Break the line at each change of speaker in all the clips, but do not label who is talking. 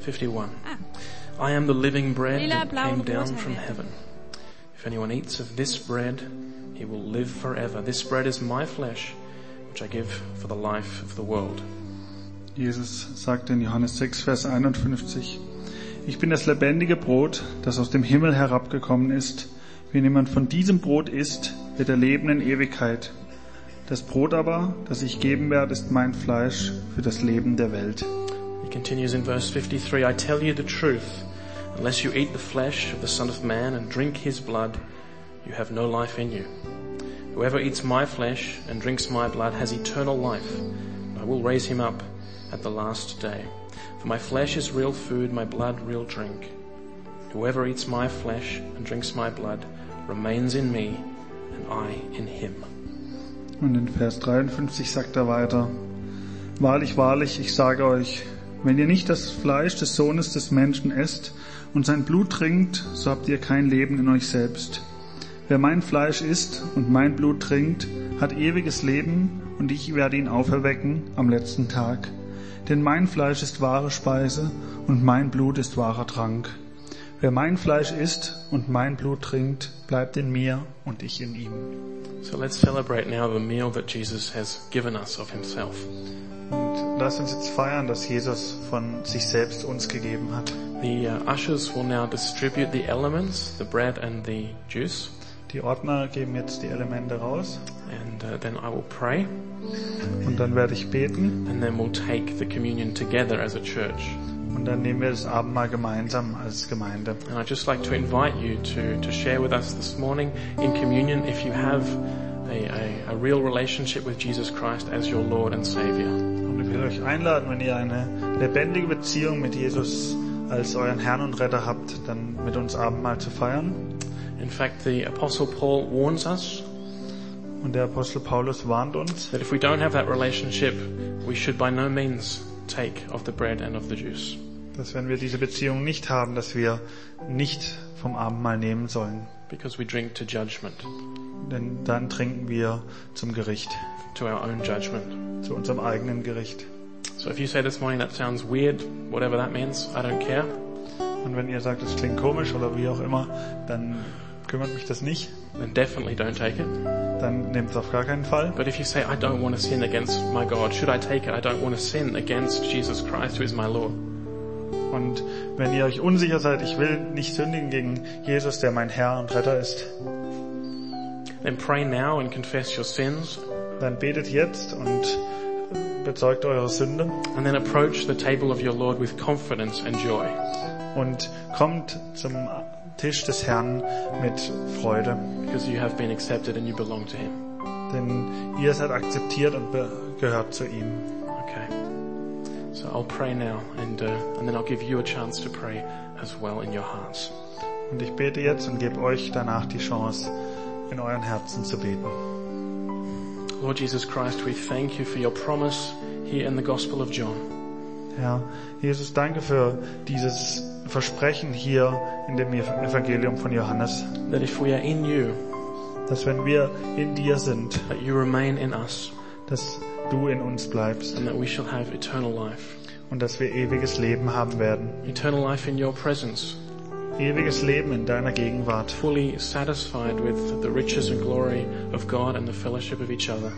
51.
Ah.
I am the living bread
Lila,
that
blau
came
und rot
down from
haben wir.
heaven. If anyone eats of this bread, he will live forever. This bread is my flesh, which I give for the life of the world.
Jesus sagte in Johannes 6, Vers 51, Ich bin das lebendige Brot, das aus dem Himmel herabgekommen ist. Wenn jemand von diesem Brot isst, wird er leben in Ewigkeit. Das Brot aber, das ich geben werde, ist mein Fleisch für das Leben der Welt.
He continues in verse 53, I tell you the truth, unless you eat the flesh of the Son of Man and drink his blood, you have no life in you. Whoever eats my flesh and drinks my blood has eternal life. and I will raise him up at the last day. For my flesh is real food, my blood real drink. Whoever eats my flesh and drinks my blood remains in me and I in him.
Und in Vers 53 sagt er weiter, Wahrlich, wahrlich, ich sage euch, wenn ihr nicht das Fleisch des Sohnes des Menschen esst und sein Blut trinkt, so habt ihr kein Leben in euch selbst. Wer mein Fleisch isst und mein Blut trinkt, hat ewiges Leben und ich werde ihn auferwecken am letzten Tag. Denn mein Fleisch ist wahre Speise und mein Blut ist wahrer Trank. Wer mein Fleisch isst und mein Blut trinkt, bleibt in mir und ich in ihm.
So let's celebrate now the meal that Jesus has given us of himself.
Und lasst uns jetzt feiern, dass Jesus von sich selbst uns gegeben hat.
The uh, ushers will now distribute the elements, the bread and the juice,
Die Ordner geben jetzt die Elemente raus
and uh, then I will pray,
und dann werde ich beten
and then we'll take the communion together as a church.
und dann nehmen wir das Abendmahl gemeinsam als Gemeinde.
And I'd just like to invite you to, to share with us this morning in communion if you have a, a, a real relationship with Jesus Christ as your Lord and Savior.
Und ich will euch einladen, wenn ihr eine lebendige Beziehung mit Jesus als euren Herrn und Retter habt, dann mit uns Abendmahl zu feiern.
In fact, the Apostle Paul warns us
Und der Apostel Paulus warnt uns,
that if we don't have that relationship, we should by no means take of the bread and of the juice.
dass wenn wir diese Beziehung nicht haben, dass wir nicht vom Abendmahl nehmen sollen.
Because we drink to judgment,
Denn dann trinken wir zum Gericht,
to our own judgment.
zu unserem eigenen Gericht.
So if you say this morning that sounds weird, whatever that means, I don't care.
Und wenn ihr sagt, es klingt komisch oder wie auch immer, dann kümmert mich das nicht.
Then definitely don't take it.
Dann nehmt es auf gar keinen Fall.
But if you say, I don't want to sin against my God, should I take it? I don't want to sin against Jesus Christ, who is my Lord.
Und wenn ihr euch unsicher seid, ich will nicht sündigen gegen Jesus, der mein Herr und Retter ist,
Then pray now and confess your sins,
dann betet jetzt und bezeugt eure Sünde
and then approach the table of your Lord with confidence and joy.
und kommt zum Tisch des Herrn mit Freude.
Because you have been accepted and you belong to Him.
Denn ihr seid akzeptiert und be- gehört zu ihm.
Okay. So I'll pray now, and, uh, and then I'll give you a chance to pray as well in your hearts.
Und ich bete jetzt und gebe euch danach die Chance, in euren Herzen zu beten.
Lord Jesus Christ, we thank you for your promise here in the Gospel of John.
Herr, Jesus, danke für dieses Versprechen hier in dem Evangelium von Johannes,
that if we are in you,
dass wenn wir in dir sind,
that you remain in us,
dass du in uns bleibst
and that we shall have eternal life.
und dass wir ewiges Leben haben werden.
Eternal life in your presence,
Ewiges Leben in deiner Gegenwart,
fully satisfied with the riches and glory of God and the fellowship of each other.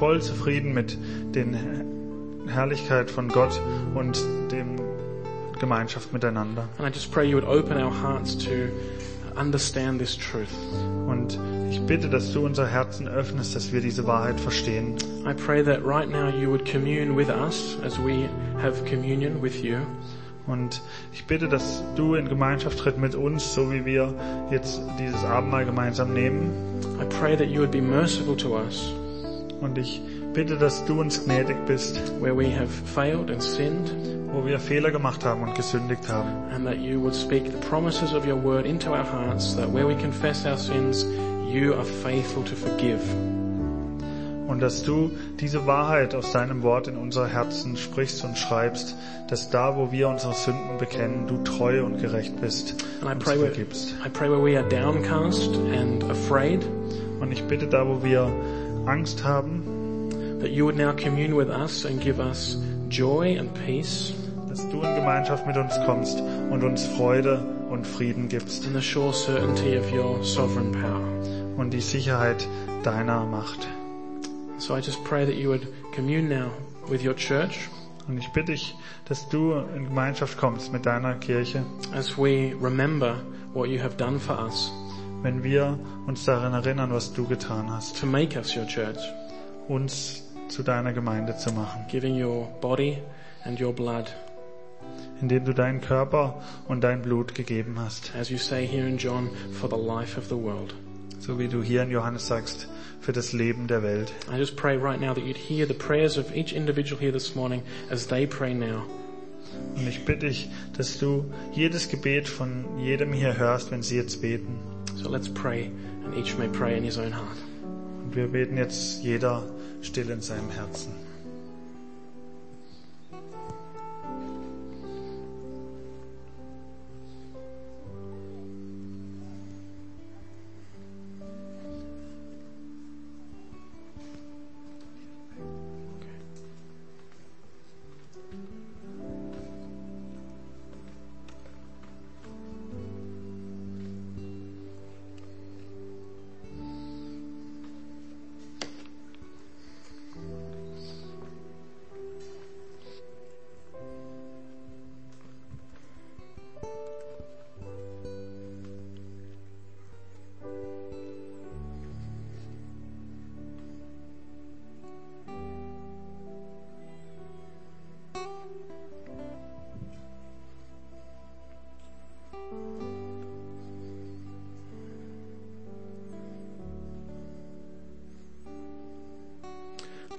voll zufrieden mit den Herrlichkeit von Gott und dem Gemeinschaft miteinander.
And I just pray you would open our hearts to understand this truth.
Und ich bitte, dass du unser Herzen öffnest, dass wir diese Wahrheit verstehen.
I pray that right now you would commune with us as we have communion with you,
Und ich bitte, dass du in Gemeinschaft tritt mit uns, so wie wir jetzt dieses Abendmahl gemeinsam nehmen.
I pray that you would be merciful to us
Und ich bitte, dass du uns gnädig bist,
where we have failed and sinned,
wo wir Fehler gemacht haben und gesündigt haben.
and that you would speak the promises of your word into our hearts, that where we confess our sins, you are faithful to forgive.
Und dass du diese Wahrheit aus deinem Wort in unser Herzen sprichst und schreibst, dass da, wo wir unsere Sünden bekennen, du treu und gerecht bist
And I
und
pray,
uns
where,
vergibst.
I pray where we are downcast and afraid,
Und ich bitte, da, wo wir Angst haben,
that you would now commune with us and give us joy and peace,
dass du in Gemeinschaft mit uns kommst und uns Freude und Frieden gibst
and the sure certainty of your sovereign power.
und die Sicherheit deiner Macht.
So I just pray that you would commune now with your church
Und ich bitte dich, dass du in Gemeinschaft kommst mit deiner Kirche,
as we remember what you have done for us
wenn wir uns daran erinnern, was du getan hast,
to make us your church,
uns zu deiner Gemeinde zu machen,
giving your body and your blood,
indem du deinen Körper und dein Blut gegeben hast,
as you say here in John, for the life of the world.
so wie du hier in Johannes sagst, für das Leben der Welt.
I just pray right now that you'd hear the prayers of each individual here this morning as they pray now.
Und ich bitte dich, dass du jedes Gebet von jedem hier hörst, wenn sie jetzt beten.
So let's pray, and each may pray in his own heart.
Und wir beten jetzt jeder still in seinem Herzen.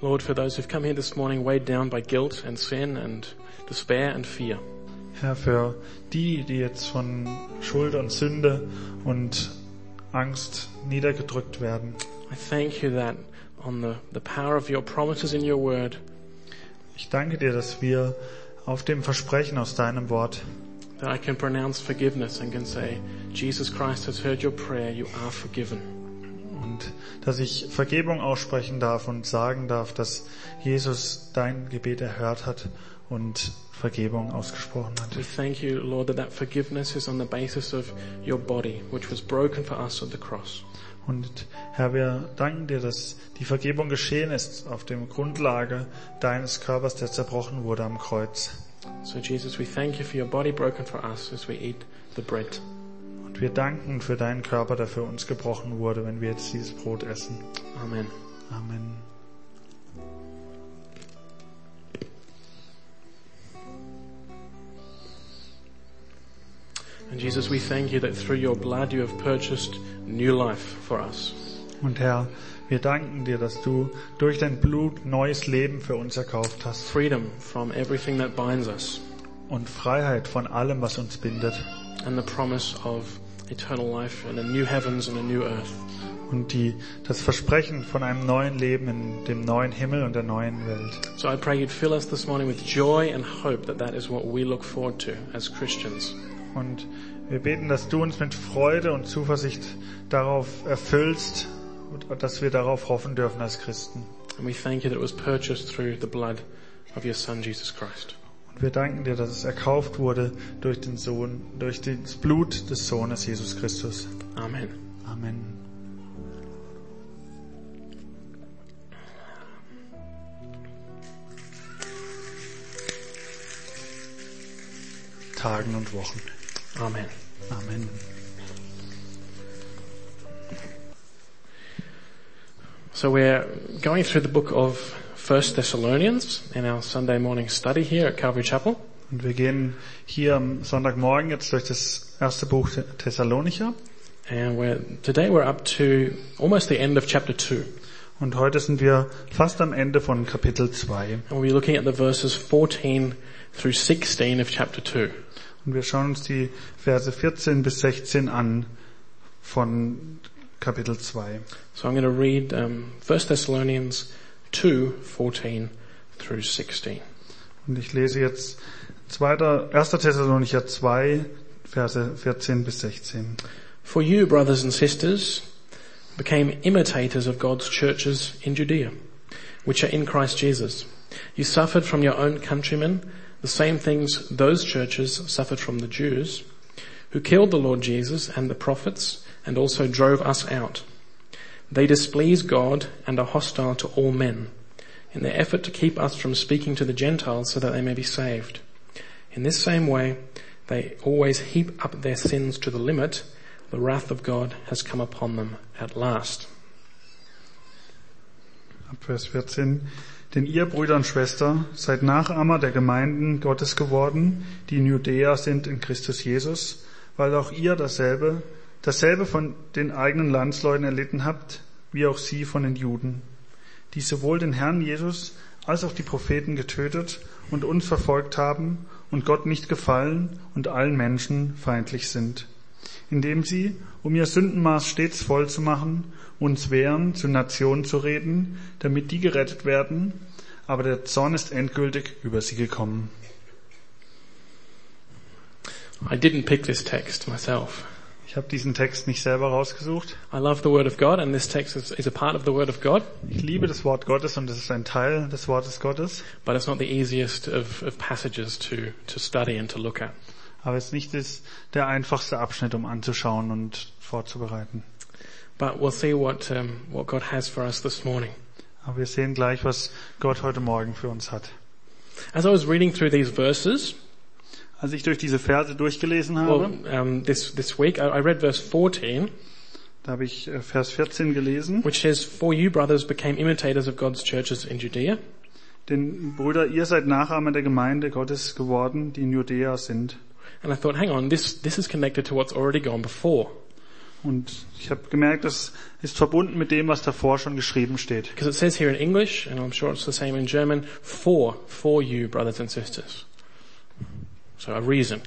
Lord, for those who've come here this morning weighed down by guilt and sin and despair and fear,
Herr, für die, die jetzt von Schuld und Sünde und Angst niedergedrückt werden,
I thank you that on the, the power of your promises in your word,
ich danke dir, dass wir auf dem Versprechen aus deinem Wort,
that I can pronounce forgiveness and can say, Jesus Christ has heard your prayer, you are forgiven.
und dass ich Vergebung aussprechen darf und sagen darf, dass Jesus dein Gebet erhört hat und Vergebung ausgesprochen hat.
We thank you, Lord, that that forgiveness is on the basis of your body, which was broken for us at the cross.
Und Herr, wir danken dir, dass die Vergebung geschehen ist auf dem Grundlage deines Körpers, der zerbrochen wurde am Kreuz.
So Jesus, we thank you for your body broken for us as we eat the bread.
Und wir danken für deinen Körper, der für uns gebrochen wurde, wenn wir jetzt dieses Brot essen.
Amen.
Amen.
And Jesus, we thank you that through your blood you have purchased new life for us.
Und Herr, wir danken dir, dass du durch dein Blut neues Leben für uns erkauft hast
freedom from everything that binds us
und Freiheit von allem, was uns bindet
and the promise of eternal life in a new heavens and a new earth.
und die, das Versprechen von einem neuen Leben in dem neuen Himmel und der neuen Welt.
So I pray you'd fill us this morning with joy and hope that that is what we look forward to as Christians.
Und wir beten, dass du uns mit Freude und Zuversicht darauf erfüllst und dass wir darauf hoffen dürfen als Christen.
And we thank you that it was purchased through the blood of your son Jesus Christ.
Wir danken dir, dass es erkauft wurde durch den Sohn, durch das Blut des Sohnes Jesus Christus.
Amen.
Amen. Tagen und Wochen.
Amen.
Amen.
So we're going through the book of First Thessalonians in our Sunday morning study here at Calvary Chapel.
Und wir gehen hier am Sonntagmorgen jetzt durch das erste Buch Thessalonicher.
And we're, today we're up to almost the end of chapter 2.
Und heute sind wir fast am Ende von Kapitel 2.
And we'll be looking at the verses 14 through 16 of chapter 2.
Und wir schauen uns die Verse 14 bis 16 an von Kapitel 2.
So I'm going to read um, 1 Thessalonians 2, 14 through 16.
Und ich lese jetzt 2. 1. Thessalonicher 2, Verse 14 bis 16.
For you, brothers and sisters, became imitators of God's churches in Judea, which are in Christ Jesus. You suffered from your own countrymen the same things those churches suffered from the Jews, who killed the Lord Jesus and the prophets and also drove us out. They displease God and are hostile to all men in their effort to keep us from speaking to the Gentiles so that they may be saved. In this same way, they always heap up their sins to the limit. The wrath of God has come upon them at last.
Ab Vers 14. Denn ihr Brüder und Schwestern seid Nachahmer der Gemeinden Gottes geworden, die in Judäa sind in Christus Jesus, weil auch ihr dasselbe, dasselbe von den eigenen Landsleuten erlitten habt, wie auch sie von den Juden, die sowohl den Herrn Jesus als auch die Propheten getötet und uns verfolgt haben und Gott nicht gefallen und allen Menschen feindlich sind, indem sie, um ihr Sündenmaß stets voll zu machen, uns wehren, zu Nationen zu reden, damit die gerettet werden, aber der Zorn ist endgültig über sie gekommen.
I didn't pick this text myself.
Ich habe diesen Text nicht selber rausgesucht.
I love the Word of God and this text is, is a part of the Word of God,
Ich liebe das Wort Gottes und es ist ein Teil des Wortes Gottes,
but it's not the easiest of, of passages to, to study and to look at.
aber es ist nicht das, der einfachste Abschnitt, um anzuschauen und vorzubereiten.
But we'll see what, um, what God has for us this morning.
Aber wir sehen gleich, was Gott heute Morgen für uns hat.
As I was reading through these verses,
Als ich durch diese Verse durchgelesen
well,
habe,
um, this, this week, I, I read verse 14,
da habe ich äh, Vers 14 gelesen.
which says, For you, brothers, became imitators of God's churches in Judea.
Denn Brüder, ihr seid Nachahmer der Gemeinde Gottes geworden, die in Judäa sind.
And I thought, hang on, this, this is connected to what's already gone before.
Und ich habe gemerkt, das ist verbunden mit dem, was davor schon geschrieben steht.
Because it says here in English, and I'm sure it's the same in German, for, for you, brothers and sisters. So a reason.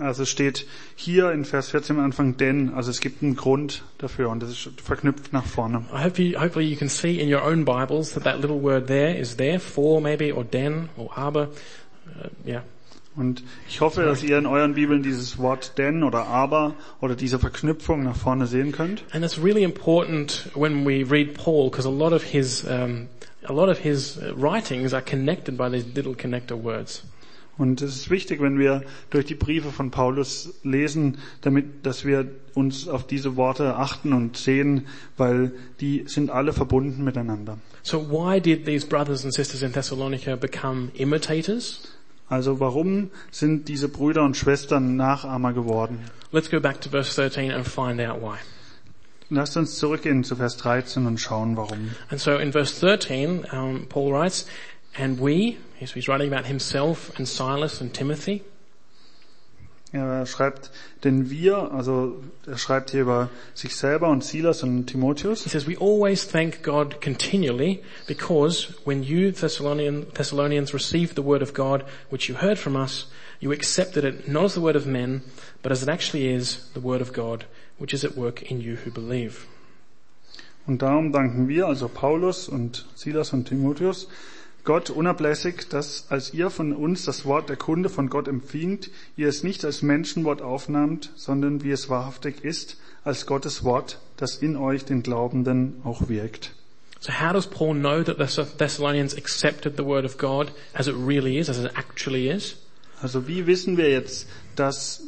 Also es steht hier in Vers 14 am Anfang denn, also es gibt einen Grund dafür und das ist verknüpft nach vorne.
I hope you, hopefully you can see in your own Bibles that that little word there is there, for maybe, or den, or aber. Uh, yeah.
Und ich hoffe, dass ihr in euren Bibeln dieses Wort denn oder aber oder diese Verknüpfung nach vorne sehen könnt.
And it's really important when we read Paul, because a lot of his, um, a lot of his uh, writings are connected by these little connector words.
Und es ist wichtig, wenn wir durch die Briefe von Paulus lesen, damit, dass wir uns auf diese Worte achten und sehen, weil die sind alle verbunden miteinander.
So why did these brothers and sisters in Thessalonica become imitators?
Also warum sind diese Brüder und Schwestern Nachahmer geworden?
Let's go back to verse 13 and find out why.
Lasst uns zurückgehen zu Vers 13 und schauen, warum.
And so in verse 13, um, Paul writes, and we, he's he's writing about himself and Silas and Timothy,
Er schreibt, denn wir, also er schreibt hier über sich selber und Silas und Timotheus.
he says, we always thank God continually because when you Thessalonian, Thessalonians received the word of God, which you heard from us, you accepted it not as the word of men, but as it actually is the word of God, which is at work in you who believe.
Und darum danken wir, also Paulus und Silas und Timotheus, Gott unablässig, dass als ihr von uns das Wort der Kunde von Gott empfingt, ihr es nicht als Menschenwort aufnahmt, sondern wie es wahrhaftig ist, als Gottes Wort, das in euch den Glaubenden auch wirkt.
So how does Paul know that the Thess- Thessalonians accepted the word of God as it really is, as it actually is?
Also wie wissen wir jetzt, dass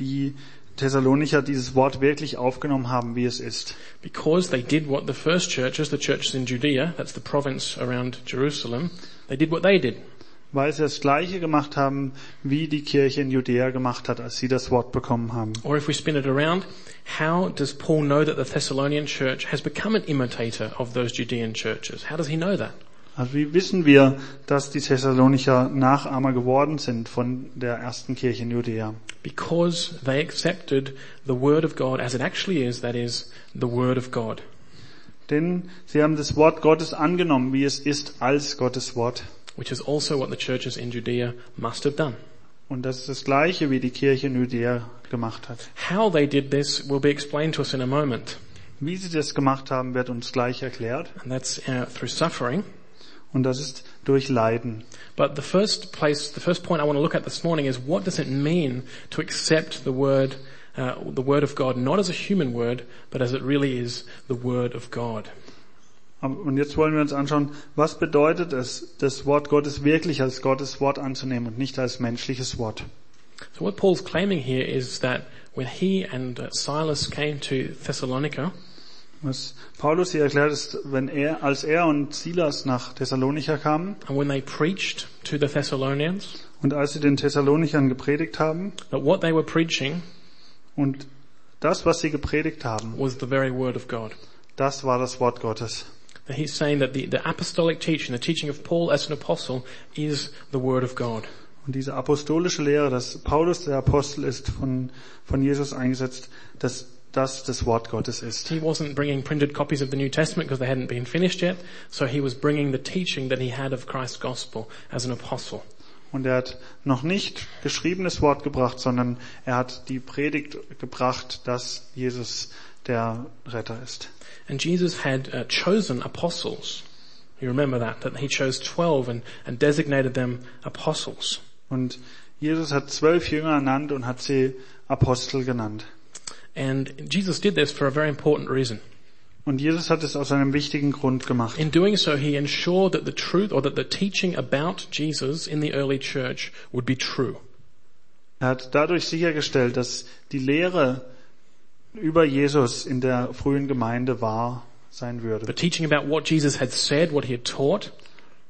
die Thessalonicher dieses Wort wirklich aufgenommen haben, wie es ist?
Because they did what the first churches, the churches in Judea, that's the province around Jerusalem, they did what they did.
Weil sie das Gleiche gemacht haben, wie die Kirche in Judäa gemacht hat, als sie das Wort bekommen haben.
Or if we spin it around, how does Paul know that the Thessalonian church has become an imitator of those Judean churches? How does he know that?
Also wie wissen wir, dass die Thessalonicher Nachahmer geworden sind von der ersten Kirche in Judäa?
Because they accepted the word of God as it actually is, that is, the word of God.
Denn sie haben das Wort Gottes angenommen, wie es ist, als Gottes Wort.
Which is also what the churches in Judea must have done.
Und das ist das Gleiche, wie die Kirche in Judäa gemacht hat.
How they did this will be explained to us in a moment.
Wie sie das gemacht haben, wird uns gleich erklärt.
And that's uh, through suffering.
Und das ist durch Leiden.
But the first place, the first point I want to look at this morning is what does it mean to accept the word, uh, the word of God, not as a human word, but as it really is the word of God.
Aber- Und jetzt wollen wir uns anschauen, was bedeutet es, das Wort Gottes wirklich als Gottes Wort anzunehmen und nicht als menschliches Wort.
So what Paul's claiming here is that when he and uh, Silas came to Thessalonica,
Was Paulus hier erklärt ist, wenn er, als er und Silas nach Thessalonicher kamen
and when they preached to the Thessalonians,
und als sie den Thessalonichern gepredigt haben
that what they were preaching
und das, was sie gepredigt haben,
was the very word of God.
das war das Wort Gottes.
That he's saying that the, the apostolic teaching, the teaching of Paul as an apostle, is the word of God.
Und diese apostolische Lehre, dass Paulus der Apostel ist, von, von Jesus eingesetzt, dass das das Wort Gottes ist.
He wasn't bringing printed copies of the New Testament because they hadn't been finished yet, so he was bringing the teaching that he had of Christ's gospel as an apostle.
Und er hat noch nicht geschriebenes Wort gebracht, sondern er hat die Predigt gebracht, dass Jesus der Retter ist.
And Jesus had uh, chosen apostles. You remember that, that he chose 12 and, and designated them apostles.
Und Jesus hat zwölf Jünger ernannt und hat sie Apostel genannt.
And Jesus did this for a very important reason.
Und Jesus hat es aus einem wichtigen Grund gemacht.
In doing so, he ensured that the truth or that the teaching about Jesus in the early church would be true.
Er hat dadurch sichergestellt, dass die Lehre über Jesus in der frühen Gemeinde wahr sein
The
würde.
teaching about what Jesus had said, what he had taught,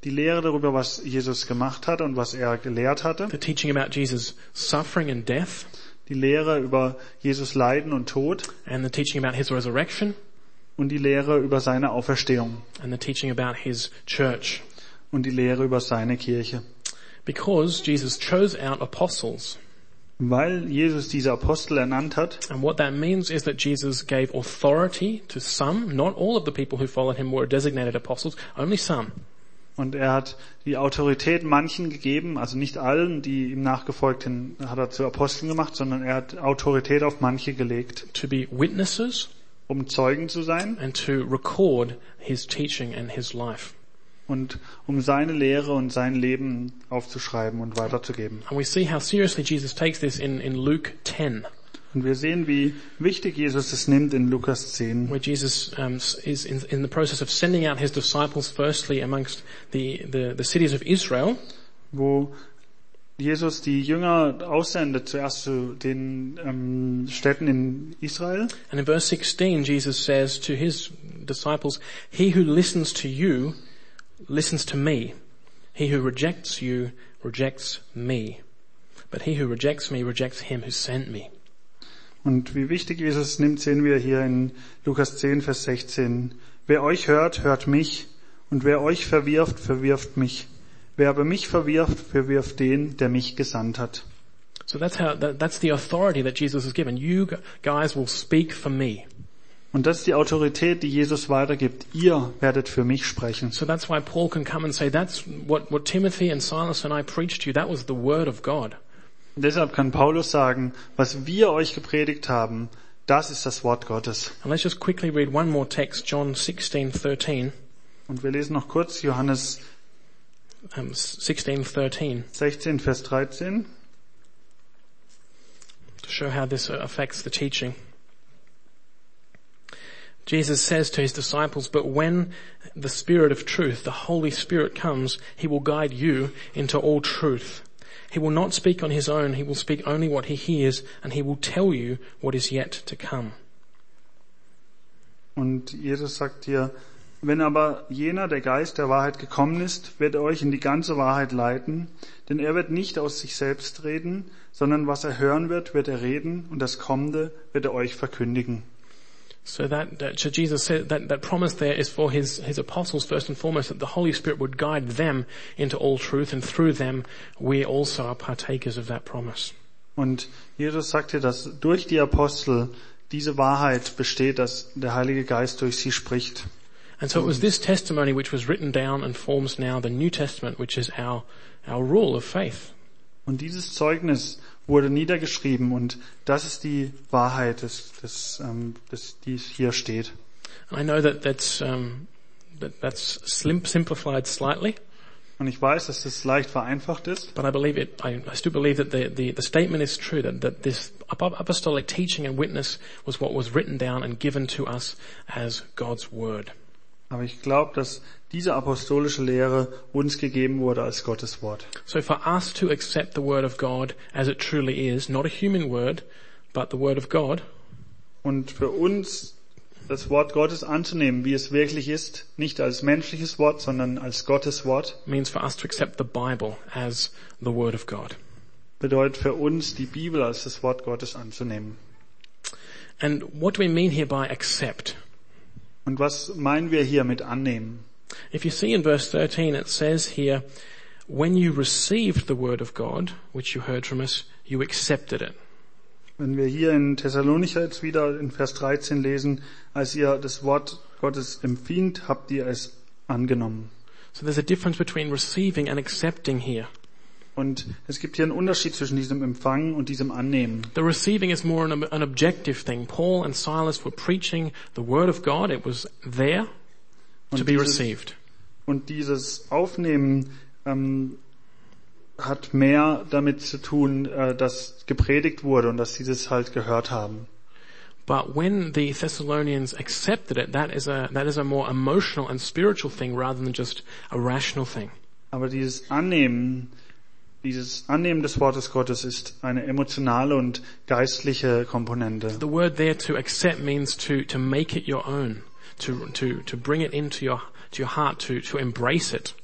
Die Lehre darüber, was Jesus gemacht hat und was er gelehrt hatte.
the teaching about Jesus' suffering and death,
Die Lehre über Jesus Leiden und Tod.
and the teaching about his resurrection,
und die Lehre über seine Auferstehung
and the teaching about his church.
und die Lehre über seine Kirche.
Because Jesus chose out apostles,
Weil Jesus diese Apostel ernannt hat
and what that means is that Jesus gave authority to some, not all of the people who followed him were designated apostles, only some.
und er hat die Autorität manchen gegeben, also nicht allen, die ihm nachgefolgt sind, hat er zu Aposteln gemacht, sondern er hat Autorität auf manche gelegt,
to be witnesses
um Zeugen zu sein
and to record his teaching and his life.
und um seine Lehre und sein Leben aufzuschreiben und weiterzugeben.
And we see how seriously Jesus takes this in, in Luke 10,
Und wir sehen, wie wichtig Jesus es nimmt in Lukas 10,
where Jesus um, s- is in, in the process of sending out his disciples firstly amongst the, the, the cities of Israel,
wo Jesus die Jünger aussendet, zuerst zu den ähm, Städten in Israel.
and in verse 16 Jesus says to his disciples, he who listens to you listens to me. He who rejects you rejects me. But he who rejects me rejects him who sent me.
Und wie wichtig Jesus nimmt, sehen wir hier in Lukas 10, Vers 16. Wer euch hört, hört mich. Und wer euch verwirft, verwirft mich. Wer aber mich verwirft, verwirft den, der mich gesandt hat.
So that's how that, that's the authority that Jesus has given. You gu- guys will speak for me.
Und das ist die Autorität, die Jesus weitergibt. Ihr werdet für mich sprechen.
So that's why Paul can come and say, "That's what what Timothy and Silas and I preached to you. That was the word of God."
Deshalb kann Paulus sagen, was wir euch gepredigt haben, das ist das Wort Gottes.
And let's just quickly read one more text, John 16:13,
Und wir lesen noch kurz Johannes
um, 16:13,
16, Vers 13.
to show how this uh, affects the teaching. Jesus says to his disciples, "But when the Spirit of truth, the Holy Spirit comes, he will guide you into all truth." He will not speak on his own, he will speak only what he hears, and he will tell you what is yet to come.
Und Jesus sagt hier, wenn aber jener, der Geist der Wahrheit gekommen ist, wird er euch in die ganze Wahrheit leiten, denn er wird nicht aus sich selbst reden, sondern was er hören wird, wird er reden und das Kommende wird er euch verkündigen.
So that, that so Jesus said that, that promise there is for his, his apostles first and foremost that the Holy Spirit would guide them into all truth and through them we also are partakers of that promise.
Und Jesus sagt hier, dass durch die Apostel diese Wahrheit besteht, dass der Heilige Geist durch sie spricht.
And so it was this testimony which was written down and forms now the New Testament which is our, our rule of faith.
Und dieses Zeugnis wurde niedergeschrieben und das ist die Wahrheit, des, des, ähm, des, die hier steht.
And I know that that's, um, that, that's slim, simplified slightly,
Und ich weiß, dass das leicht vereinfacht ist,
but I believe it, I, I still believe that the, the, the statement is true, that, that this apostolic teaching and witness was what was written down and given to us as God's word.
Aber ich glaube, dass diese apostolische Lehre uns gegeben wurde als Gottes Wort.
So for us to accept the Word of God as it truly is, not a human word, but the Word of God,
Und für uns das Wort Gottes anzunehmen, wie es wirklich ist, nicht als menschliches Wort, sondern als Gottes Wort,
means for us to accept the Bible as the Word of God.
bedeutet für uns, die Bibel als das Wort Gottes anzunehmen.
And what do we mean here by accept?
Und was meinen wir hier mit annehmen?
If you see in verse 13, it says here, when you received the word of God, which you heard from us, you accepted it.
Wenn wir hier in Thessalonicher jetzt wieder in Vers 13 lesen, als ihr das Wort Gottes empfingt, habt ihr es angenommen.
So there's a difference between receiving and accepting here.
Und es gibt hier einen Unterschied zwischen diesem Empfangen und diesem Annehmen.
The receiving is more an, an objective thing. Paul and Silas were preaching the word of God. It was there to
Und
be
dieses,
received.
und dieses Aufnehmen ähm, hat mehr damit zu tun, äh, dass gepredigt wurde und dass sie das halt gehört haben.
But when the Thessalonians accepted it, that is a, that is a more emotional and spiritual thing rather than just a rational thing.
Aber dieses Annehmen, dieses Annehmen des Wortes Gottes ist eine emotionale und geistliche Komponente.
The word there to accept means to, to make it your own, to, to, to bring it into your, to your heart, to, to embrace it.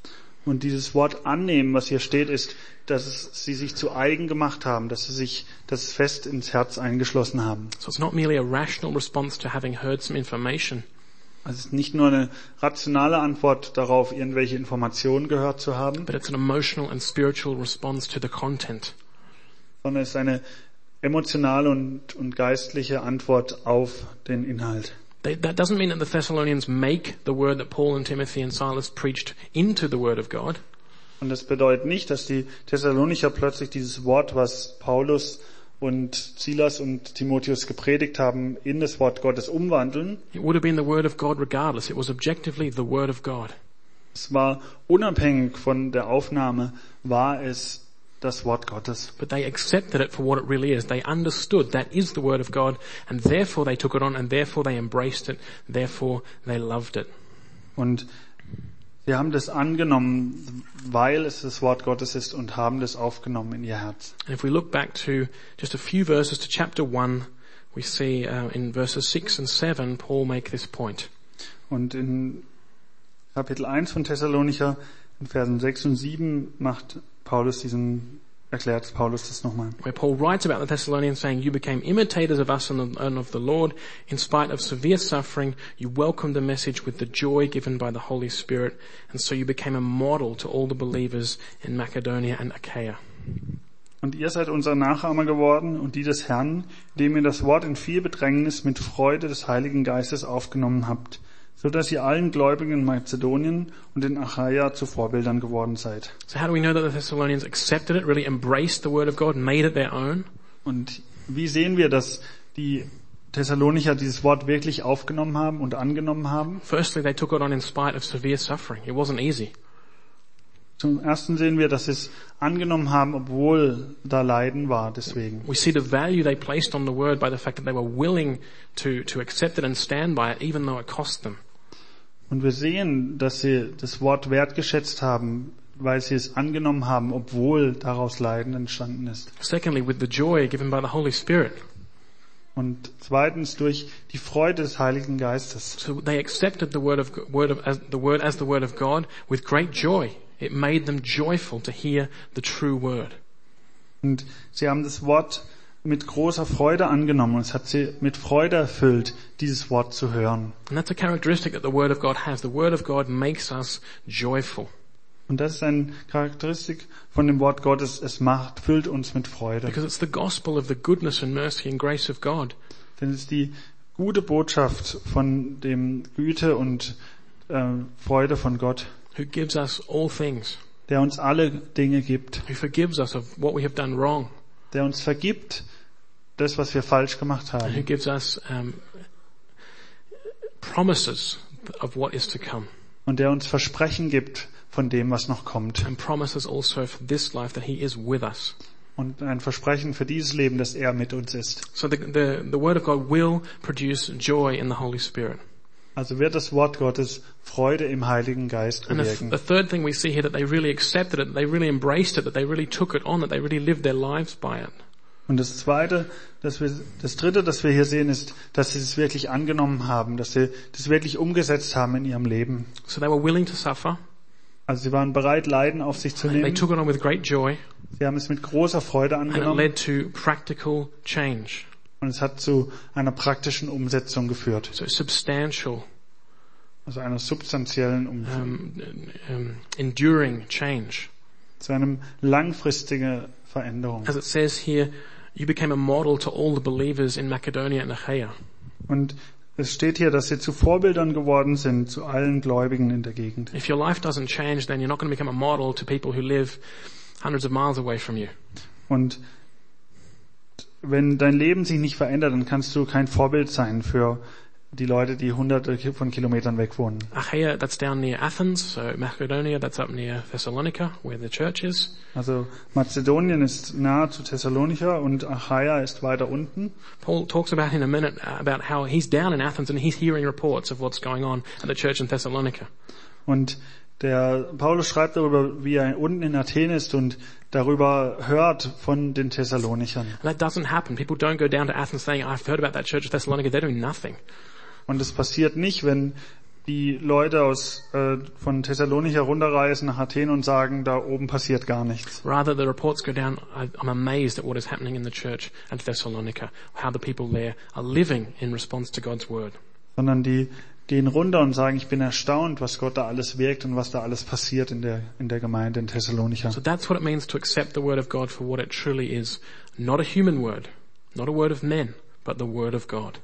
Und dieses Wort annehmen, was hier steht, ist, dass es, sie sich zu eigen gemacht haben, dass sie sich das fest ins Herz eingeschlossen haben.
So it's not merely a rational response to having heard some information.
Also es ist nicht nur eine rationale Antwort darauf, irgendwelche Informationen gehört zu haben,
but it's an emotional and spiritual response to the content.
sondern es ist eine emotionale und, und geistliche Antwort auf den Inhalt.
They, that doesn't mean that the Thessalonians make the word that Paul and Timothy and Silas preached into the word of God,
Und das bedeutet nicht, dass die Thessalonicher plötzlich dieses Wort, was Paulus und Silas und Timotheus gepredigt haben, in das Wort Gottes umwandeln.
it would have been the word of God regardless. It was objectively the word of God.
Es war unabhängig von der Aufnahme, war es das Wort Gottes.
But they accepted it for what it really is. They understood that is the word of God and therefore they took it on and therefore they embraced it. Therefore they loved it.
Und sie haben das angenommen, weil es das Wort Gottes ist und haben das aufgenommen in ihr Herz.
And if we look back to just a few verses to chapter one, we see uh, in verses six and seven, Paul make this point.
Und in Kapitel 1 von Thessalonicher, in Versen 6 und 7, macht Paulus diesen, erklärt Paulus das nochmal.
where Paul writes about the Thessalonians saying, you became imitators of us and of- and of the Lord. In spite of severe suffering, you welcomed the message with the joy given by the Holy Spirit. And so you became a model to all the believers in Macedonia and Achaia.
Und ihr seid unser Nachahmer geworden und die des Herrn, indem ihr das Wort in viel Bedrängnis mit Freude des Heiligen Geistes aufgenommen habt, so dass ihr allen Gläubigen in Mazedonien und in Achaia zu Vorbildern geworden seid.
So how do we know that the Thessalonians accepted it, really embraced the word of God, made it their own?
Und wie sehen wir, dass die Thessalonicher dieses Wort wirklich aufgenommen haben und angenommen haben?
Firstly, they took it on in spite of severe suffering. It wasn't easy.
Zum ersten sehen wir, dass sie es angenommen haben, obwohl da Leiden war deswegen.
We see the value they placed on the word by the fact that they were willing to, to accept it and stand by it, even though it cost them.
Und wir sehen, dass sie das Wort wertgeschätzt haben, weil sie es angenommen haben, obwohl daraus Leiden entstanden ist.
Secondly, with the joy given by the Holy Spirit.
Und zweitens durch die Freude des Heiligen Geistes.
So they accepted the word of, word of as, the word as the word of God with great joy. It made them joyful to hear the true word.
Und sie haben das Wort mit großer Freude angenommen. Und es hat sie mit Freude erfüllt, dieses Wort zu hören.
And that's a characteristic that the word of God has. The word of God makes us joyful
Und das ist eine Charakteristik von dem Wort Gottes. Es macht, füllt uns mit Freude.
because it's the gospel of the goodness and mercy and grace of God.
Denn es ist die gute Botschaft von dem Güte und äh, Freude von Gott,
Who gives us all things,
der uns alle Dinge gibt,
who forgives us of what we have done wrong,
der uns vergibt, das, was wir falsch gemacht
and who
haben.
gives us um, promises of what is to come,
Und der uns Versprechen gibt von dem, was noch kommt.
and promises also for this life that He is with us.
und ein Versprechen für dieses Leben, dass er mit uns ist.
So the, the, the Word of God will produce joy in the Holy Spirit.
Also wird das Wort Gottes Freude im Heiligen Geist
And a, th-
bewirken.
a third thing we see here that they really accepted it, that they really embraced it, that they really took it on, that they really lived their lives by it.
Und das zweite, dass wir, das dritte, das wir hier sehen, ist, dass sie es wirklich angenommen haben, dass sie das wirklich umgesetzt haben in ihrem Leben.
So they were willing to suffer.
Also sie waren bereit, Leiden auf sich zu
They
nehmen.
took it on with great joy,
Sie haben es mit großer Freude
and it
angenommen
led to practical change.
und es hat zu einer praktischen Umsetzung geführt.
So substantial,
Also einer substanziellen Umsetzung.
um, um, enduring change.
Zu einem langfristigen Veränderung.
As it says here, you became a model to all the believers in Macedonia and Achaia.
Und es steht hier, dass sie zu Vorbildern geworden sind, zu allen Gläubigen in der Gegend.
If your life doesn't change, then you're not going to become a model to people who live hundreds of miles away from you.
Und wenn dein Leben sich nicht verändert, dann kannst du kein Vorbild sein für die Leute, die hunderte von Kilometern weg wohnen.
Achaia, that's down near Athens, so Macedonia, that's up near Thessalonica, where the church is.
Also Mazedonien ist nahe zu Thessalonica und Achaia ist weiter unten.
Paul talks about in a minute uh, about how he's down in Athens and he's hearing reports of what's going on at the church in Thessalonica.
Und der Paulus schreibt darüber, wie er unten in Athen ist und darüber hört von den Thessalonichern.
And that doesn't happen. People don't go down to Athens saying, I've heard about that church in Thessalonica. They're doing nothing.
Und es passiert nicht, wenn die Leute aus, äh, von Thessalonica runterreisen nach Athen und sagen, da oben passiert gar nichts.
Rather, the reports go down. I- I'm amazed at what is happening in the church at Thessalonica, how the people there are living in response to God's word.
Sondern die gehen runter und sagen, ich bin erstaunt, was Gott da alles wirkt und was da alles passiert in der, in der Gemeinde in Thessalonica.
So that's what it means to accept the word of God for what it truly is. Not a human word, not a word of men, but the word of God.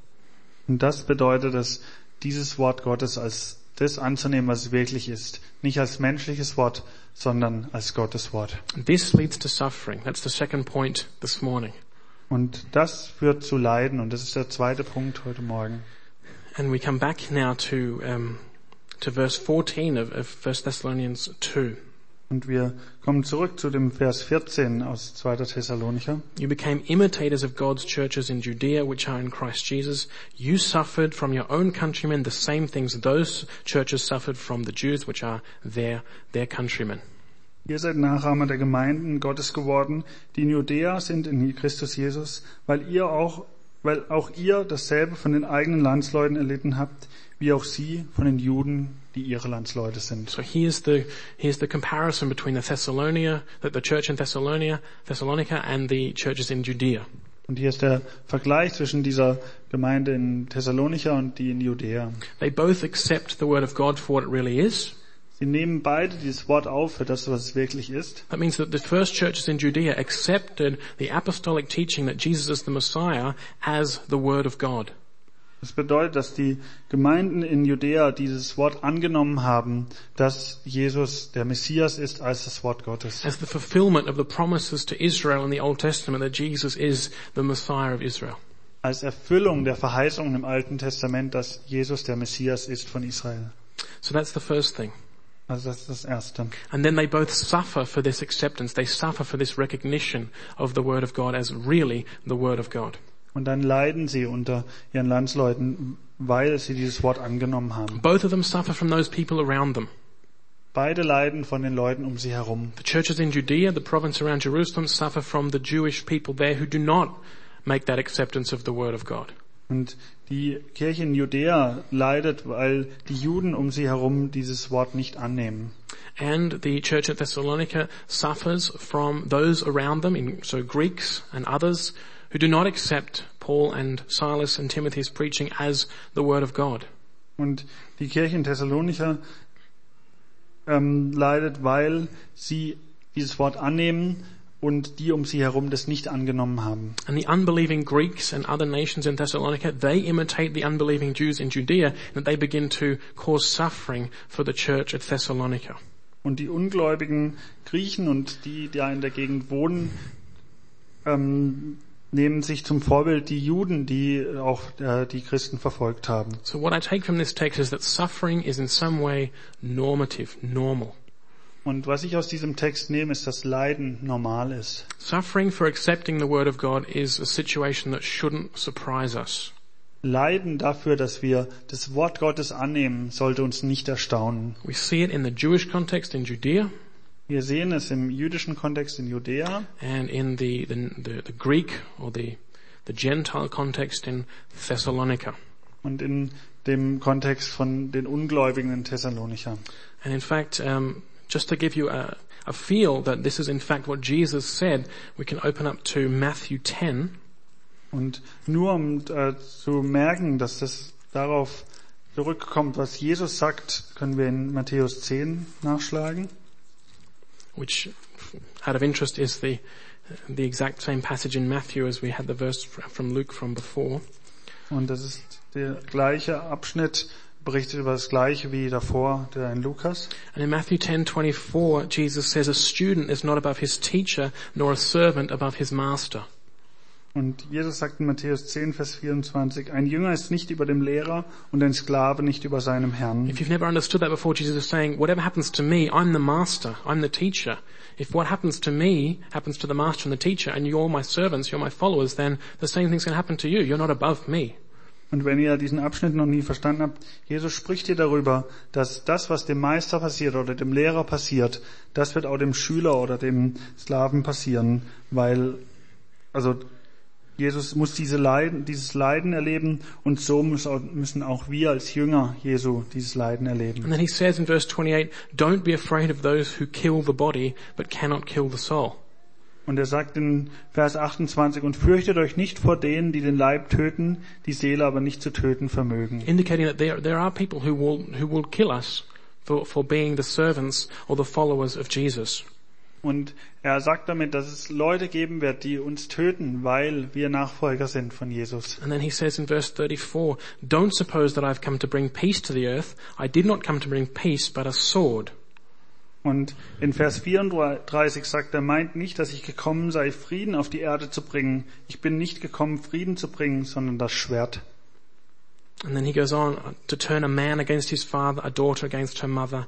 Und das bedeutet, dass dieses Wort Gottes als das anzunehmen, was es wirklich ist. Nicht als menschliches Wort, sondern als Gottes Wort.
This leads to suffering. That's the second point this morning.
Und das führt zu Leiden und das ist der zweite Punkt heute Morgen.
And we come back now to um, to verse 14 of, of 1 Thessalonians 2.
Und wir kommen zurück zu dem Vers 14 aus 2. Thessalonicher.
You became imitators of God's churches in Judea, which are in Christ Jesus. You suffered from your own countrymen the same things those churches suffered from the Jews, which are their their countrymen.
Ihr seid Nachahmer der Gemeinden Gottes geworden, die in Judäa sind in Christus Jesus, weil ihr auch, weil auch ihr dasselbe von den eigenen Landsleuten erlitten habt, wie auch sie von den Juden, die ihre Landsleute sind.
So here's the here's the comparison between the Thessalonia, the, the church in Thessalonia, Thessalonica, and the churches in Judea.
Und hier ist der Vergleich zwischen dieser Gemeinde in Thessalonica und die in Judäa.
They both accept the word of God for what it really is.
Sie nehmen beide dieses Wort auf für das, was es wirklich ist.
That means that the first churches in Judea accepted the apostolic teaching that Jesus is the Messiah as the Word of God.
Das bedeutet, dass die Gemeinden in Judäa dieses Wort angenommen haben, dass Jesus der Messias ist als das Wort Gottes.
As the fulfillment of the promises to Israel in the Old Testament that Jesus is the Messiah of Israel.
als Erfüllung der Verheißung im Alten Testament, dass Jesus der Messias ist von Israel.
So that's the first thing.
Also das ist das Erste.
And then they both suffer for this acceptance. They suffer for this recognition of the Word of God as really the Word of God.
Und dann leiden sie unter ihren Landsleuten, weil sie dieses Wort angenommen haben.
Both of them suffer from those people around them.
Beide leiden von den Leuten um sie herum.
The churches in Judea, the province around Jerusalem, suffer from the Jewish people there who do not make that acceptance of the Word of God.
Und die Kirche in Judäa leidet, weil die Juden um sie herum dieses Wort nicht annehmen.
And the church at Thessalonica suffers from those around them, in- so Greeks and others, who do not accept Paul and Silas and Timothy's preaching as the word of God.
Und die Kirche in Thessalonica ähm, leidet, weil sie dieses Wort annehmen und die um sie herum das nicht angenommen haben.
And the unbelieving Greeks and other nations in Thessalonica, they imitate the unbelieving Jews in Judea, and that they begin to cause suffering for the church at Thessalonica.
Und die ungläubigen Griechen und die, die da in der Gegend wohnen, ähm, nehmen sich zum Vorbild die Juden, die auch äh, die Christen verfolgt haben.
So what I take from this text is that suffering is in some way normative, normal.
Und was ich aus diesem Text nehme, ist, dass Leiden normal ist.
Suffering for accepting the word of God is a situation that shouldn't surprise us.
Leiden dafür, dass wir das Wort Gottes annehmen, sollte uns nicht erstaunen.
We see it in the Jewish context in Judea
Wir sehen es im jüdischen Kontext in Judäa
and in the, the, the, the Greek or the, the Gentile context in Thessalonica.
und in dem Kontext von den Ungläubigen in Thessalonicher.
And in fact, um, just to give you a, a feel that this is in fact what Jesus said, we can open up to Matthew 10
Und nur um äh, zu merken, dass das darauf zurückkommt, was Jesus sagt, können wir in Matthäus 10 nachschlagen.
which out of interest is the the exact same passage in Matthew as we had the verse fr- from Luke from before.
Und das ist der gleiche Abschnitt, berichtet über das gleiche wie davor, der in Lukas.
And in Matthew 10:24 Jesus says a student is not above his teacher nor a servant above his master.
Und Jesus sagt in Matthäus 10, Vers 24, ein Jünger ist nicht über dem Lehrer und ein Sklave nicht über seinem Herrn.
If you've never understood that before Jesus is saying whatever happens to me I'm the master, I'm the teacher. If what happens to me happens to the master and the teacher and you're my servants, you're my followers, then the same thing's going to happen to you. You're not above me.
Und wenn ihr diesen Abschnitt noch nie verstanden habt, Jesus spricht hier darüber, dass das, was dem Meister passiert oder dem Lehrer passiert, das wird auch dem Schüler oder dem Sklaven passieren, weil, also, Jesus muss diese Leiden, dieses Leiden erleben und so muss auch- müssen auch wir als Jünger Jesu dieses Leiden erleben.
And then he says in verse 28, don't be afraid of those who kill the body but cannot kill the soul.
Und er sagt in Vers 28, und fürchtet euch nicht vor denen, die den Leib töten, die Seele aber nicht zu töten vermögen.
indicating that there, there are people who will, who will kill us for, for being the servants or the followers of Jesus.
Und er sagt damit, dass es Leute geben wird, die uns töten, weil wir Nachfolger sind von Jesus.
And then he says in verse 34, don't suppose that I've come to bring peace to the earth. I did not come to bring peace, but a sword.
Und in Vers 34 sagt er, meint nicht, dass ich gekommen sei, Frieden auf die Erde zu bringen. Ich bin nicht gekommen, Frieden zu bringen, sondern das Schwert.
And then he goes on to turn a man against his father, a daughter against her mother.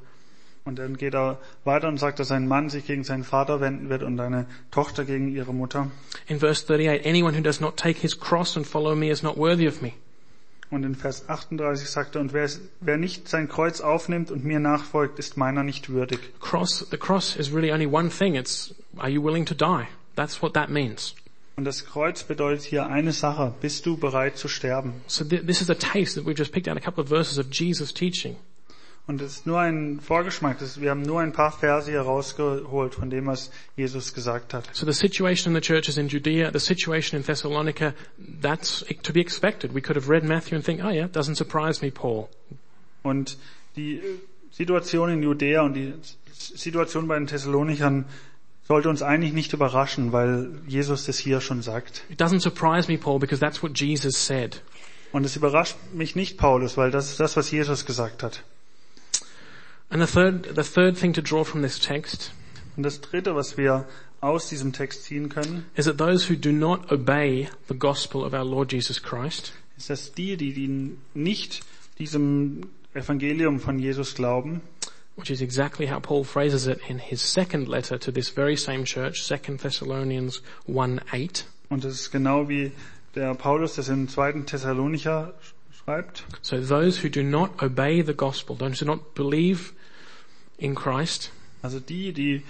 Und dann geht er weiter und sagt, dass ein Mann sich gegen seinen Vater wenden wird und eine Tochter gegen ihre Mutter.
In verse 38, anyone who does not take his cross and follow me is not worthy of me.
Und in Vers 38 sagt er, und wer, es- wer nicht sein Kreuz aufnimmt und mir nachfolgt, ist meiner nicht würdig.
Cross, the cross is really only one thing. It's, are you willing to die? That's what that means.
Und das Kreuz bedeutet hier eine Sache, bist du bereit zu sterben?
So th- this is a taste that we've just picked out a couple of verses of Jesus teaching.
Und das ist nur ein Vorgeschmack, das, wir haben nur ein paar Verse hier rausgeholt von dem, was Jesus gesagt hat.
So the situation in the churches in Judea, the situation in Thessalonica, that's to be expected. We could have read Matthew and think, oh yeah, doesn't surprise me, Paul.
Und die äh, Situation in Judäa und die S- Situation bei den Thessalonichern sollte uns eigentlich nicht überraschen, weil Jesus das hier schon sagt.
It doesn't surprise me, Paul, because that's what Jesus said.
Und es überrascht mich nicht, Paulus, weil das ist das, was Jesus gesagt hat.
And the third, the third thing to draw from this text
Und das Dritte, was wir aus diesem Text ziehen können,
is that those who do not obey the gospel of our Lord Jesus Christ
ist, dass die, die, die nicht diesem Evangelium von Jesus glauben,
which is exactly how Paul phrases it in his second letter to this very same church, 2 Thessalonians 1-8.
und das ist genau wie der Paulus das im zweiten Thessalonicher sch- schreibt,
So those who do not obey the gospel, those who do not believe in Christ,
also die, die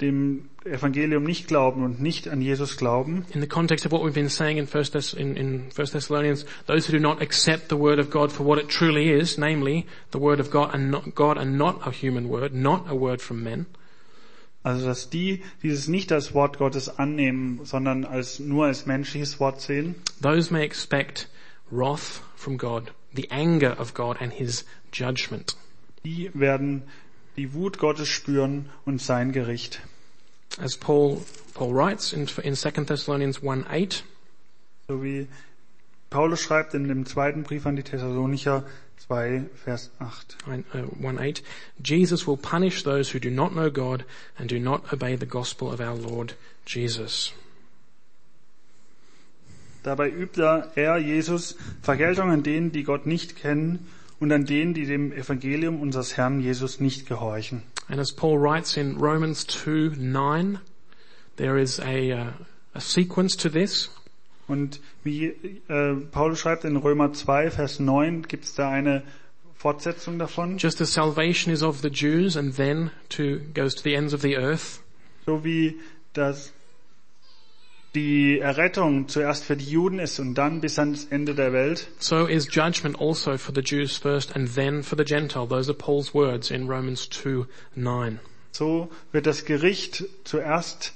dem Evangelium nicht glauben und nicht an Jesus glauben,
in the context of what we've been saying in First, Thess- in, in First Thessalonians, those who do not accept the word of God for what it truly is, namely the word of God and not God and not a human word, not a word from men,
also dass die dieses nicht als Wort Gottes annehmen, sondern als nur als menschliches Wort sehen,
those may expect wrath from God, the anger of God and His judgment.
die werden die Wut Gottes spüren und sein Gericht.
As Paul Paul writes in in Second Thessalonians one eight,
So wie Paulus schreibt in dem zweiten Brief an die Thessalonicher 2, Vers 8.
Nine- uh, 1 8, Jesus will punish those who do not know God and do not obey the gospel of our Lord Jesus.
Dabei übt er, er, Jesus, Vergeltung an denen, die Gott nicht kennen und an denen, die dem Evangelium unseres Herrn Jesus nicht gehorchen.
And as Paul writes in Romans 2 9, there is a, uh, a sequence to this.
Und wie äh, Paulus schreibt in Römer 2, Vers 9, gibt es da eine Fortsetzung davon.
Just as salvation is of the Jews and then to goes to the ends of the earth,
So wie das die Errettung zuerst für die Juden ist und dann bis ans Ende der Welt,
so is judgment also for the Jews first and then for the Gentile. Those are Paul's words in Romans 2, 9.
so wird das Gericht zuerst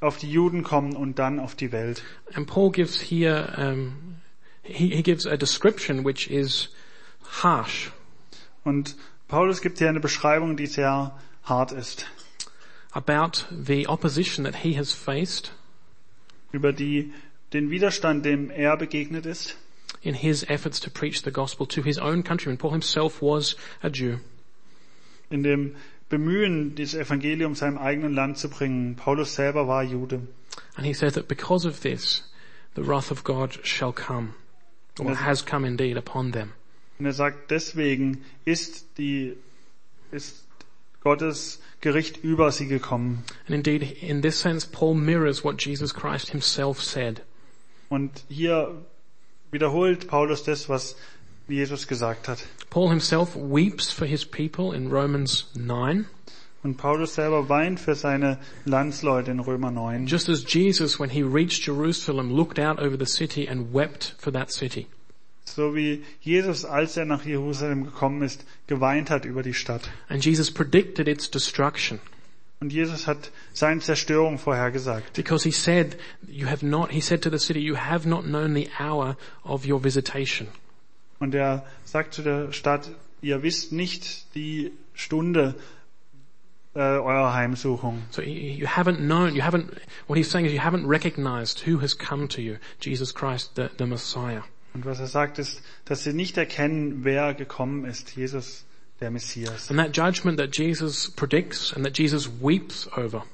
auf die Juden kommen und dann auf die Welt.
And Paul gives here, um, he, he gives a description which is harsh.
Und Paulus gibt hier eine Beschreibung, die sehr hart ist,
about the opposition that he has faced
über die den Widerstand, dem er begegnet ist,
in his efforts to preach the gospel to his own countrymen. Paul himself was a Jew.
in dem Bemühen, dieses Evangelium seinem eigenen Land zu bringen. Paulus selber war Jude.
And he says that because of this, the wrath of God shall come, or
Yes.
has come indeed upon them.
Und er sagt, deswegen ist die, ist Gottes Gericht über sie gekommen.
And indeed, in this sense, Paul mirrors what Jesus Christ himself said.
Und hier wiederholt Paulus das, was Jesus gesagt hat.
Paul himself weeps for his people in Romans 9,
Und Paulus selber weint für seine Landsleute in Römer 9.
just as Jesus, when he reached Jerusalem, looked out over the city and wept for that city.
So wie Jesus, als er nach Jerusalem gekommen ist, geweint hat über die Stadt.
And Jesus predicted its destruction.
Und Jesus hat seine Zerstörung vorhergesagt.
Because he said, you have not, he said to the city, you have not known the hour of your visitation.
Und er sagt zu der Stadt, ihr wisst nicht die Stunde äh, eurer Heimsuchung.
So you you haven't known, you haven't, what he's saying is you haven't recognized who has come to you, Jesus Christ, the, the Messiah.
Und was er sagt ist, dass sie nicht erkennen, wer gekommen ist, Jesus, der Messias.
And that judgment that Jesus predicts and that Jesus weeps over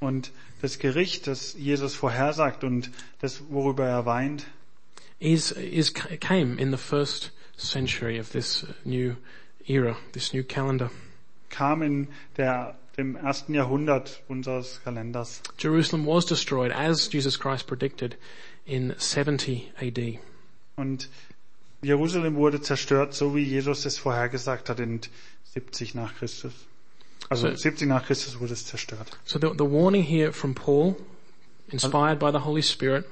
Und das Gericht, das Jesus vorhersagt und das, worüber er weint,
is, is, came in the first century of this new era, this new calendar.
kam in der, dem ersten Jahrhundert unseres Kalenders.
Jerusalem was destroyed as Jesus Christ predicted in 70 AD.
Und Jerusalem wurde zerstört, so wie Jesus es vorhergesagt hat in 70 nach Christus. Also
So-
70 nach Christus wurde es zerstört.
So the, the warning here from Paul, inspired by the Holy Spirit,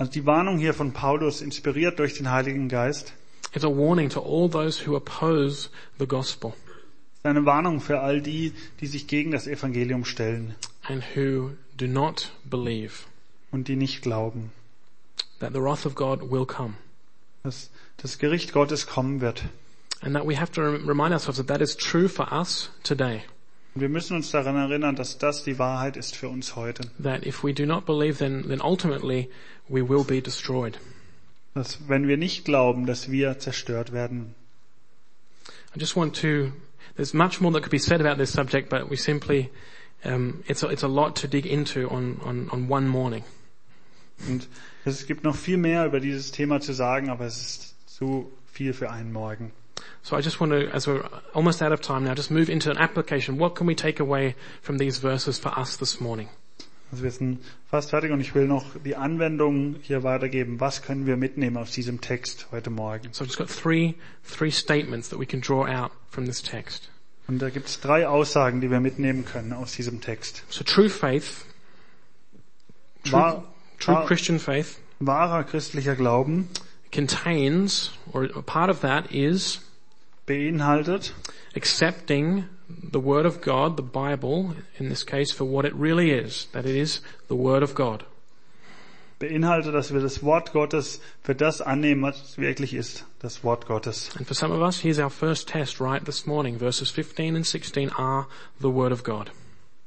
Also die Warnung hier von Paulus, inspiriert durch den Heiligen Geist,
is a warning to all those who oppose the gospel
ist eine Warnung für all die, die sich gegen das Evangelium stellen
and who do not believe
und die nicht glauben,
that the wrath of God will come.
dass das Gericht Gottes kommen wird.
And that we have to rem- remind ourselves that that is true for us today.
Und wir müssen uns daran erinnern, dass das die Wahrheit ist für uns heute.
That if we do not believe, then, then ultimately we will be destroyed.
Dass wenn wir nicht glauben, dass wir zerstört werden.
I just want to, there's much more that could be said about this subject, but we simply, um, it's, a, it's a lot to dig into on, on, on one morning.
Und es gibt noch viel mehr über dieses Thema zu sagen, aber es ist zu viel für einen Morgen.
So I just want to, as we're almost out of time now, just move into an application. What can we take away from these verses for us this morning?
Also wir sind fast fertig und ich will noch die Anwendung hier weitergeben. Was können wir mitnehmen aus diesem Text heute Morgen?
So I've just got three, three statements that we can draw out from this text.
Und da gibt es drei Aussagen, die wir mitnehmen können aus diesem Text.
So true faith, true,
Wahr,
true
ah.
Christian faith
wahrer christlicher Glauben
contains, or a part of that is
beinhaltet
accepting the Word of God, the Bible, in this case, for what it really is, that it is the Word of God.
beinhaltet, dass wir das Wort Gottes für das annehmen, was es wirklich ist, das Wort Gottes.
And for some of us, here's our first test right this morning. Verses 15 and 16 are the Word of God.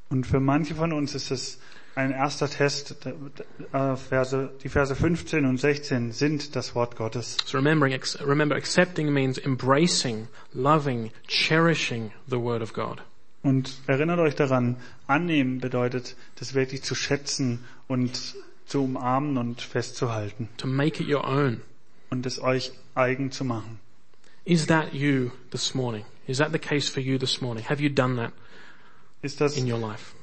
Und für manche von uns ist es ein erster Test. äh, Verse, die Verse 15 und 16 sind das Wort Gottes.
So remembering, ex- remember, accepting means embracing, loving, cherishing the Word of God.
Und erinnert euch daran, annehmen bedeutet, das wirklich zu schätzen und zu umarmen und festzuhalten
to make it your own.
und es euch eigen zu machen.
Is that you this morning? Is that the case for you this morning? Have you done that
Ist das
in your life?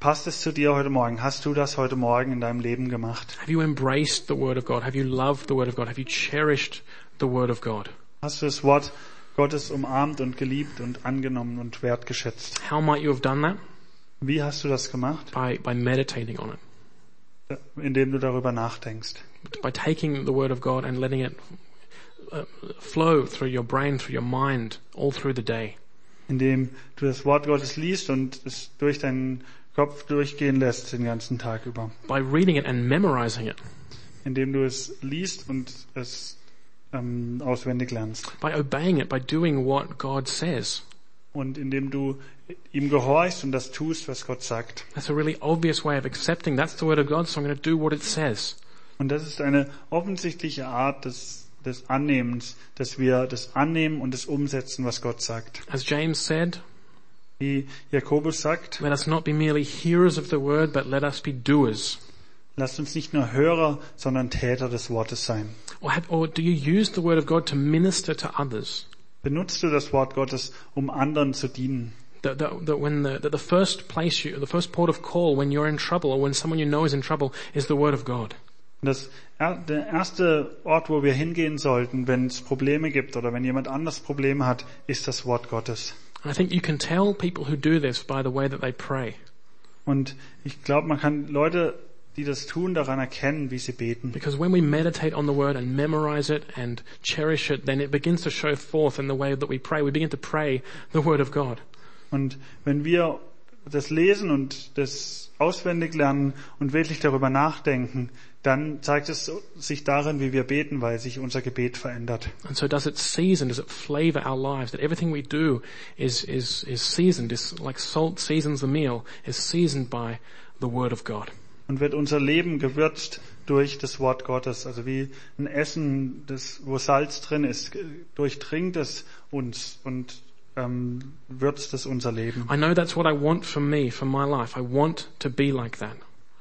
Passt es zu dir heute Morgen? Hast du das heute Morgen in deinem Leben gemacht?
Have you embraced the Word of God? Have you loved the Word of God? Have you cherished the Word of God?
Hast du das Wort Gottes umarmt und geliebt und angenommen und wertgeschätzt?
How might you have done that?
Wie hast du das gemacht?
By, by meditating on it,
Indem du darüber nachdenkst.
by taking the Word of God and letting it uh, flow through your brain, through your mind, all through the day.
Indem du das Wort Gottes liest und es durch deinen Kopf durchgehen lässt den ganzen Tag über.
By reading it and memorizing it.
Indem du es liest und es ähm, auswendig lernst.
By obeying it. By doing what God says.
Und indem du ihm gehorchst und das tust, was Gott sagt.
That's a really obvious way of accepting that's the Word of God, so I'm going to do what it says.
Und das ist eine offensichtliche Art des, des Annehmens, dass wir das annehmen und es umsetzen, was Gott sagt.
As James said,
Wie Jakobus sagt,
let us not be merely hearers of the Word, but let us be doers.
lasst uns nicht nur Hörer, sondern Täter des Wortes sein.
Or, have, or do you use the Word of God to minister to others?
Benutzt du das Wort Gottes, um anderen zu dienen?
That, that, that when the, that the first place you, the first port of call when you're in trouble or when someone you know is in trouble is the Word of God.
Und Das, er- der erste Ort, wo wir hingehen sollten, wenn es Probleme gibt oder wenn jemand anders Probleme hat, ist das Wort Gottes.
And I think you can tell people who do this by the way that they pray.
Und ich glaube, man kann Leute, die das tun, daran erkennen, wie sie beten.
Because when we meditate on the Word and memorize it and cherish it, then it begins to show forth in the way that we pray. We begin to pray the Word of God.
Und wenn wir das lesen und das auswendig lernen und wirklich darüber nachdenken, dann zeigt es sich darin, wie wir beten, weil sich unser Gebet verändert.
And so does it season, does it flavor our lives? That everything we do is, is, is seasoned, is like salt seasons the meal, is seasoned by the Word of God.
Und wird unser Leben gewürzt durch das Wort Gottes. Also wie ein Essen, das, wo Salz drin ist, durchdringt es uns und ähm, würzt es unser Leben.
I know that's what I want for me, for my life. I want to be like that.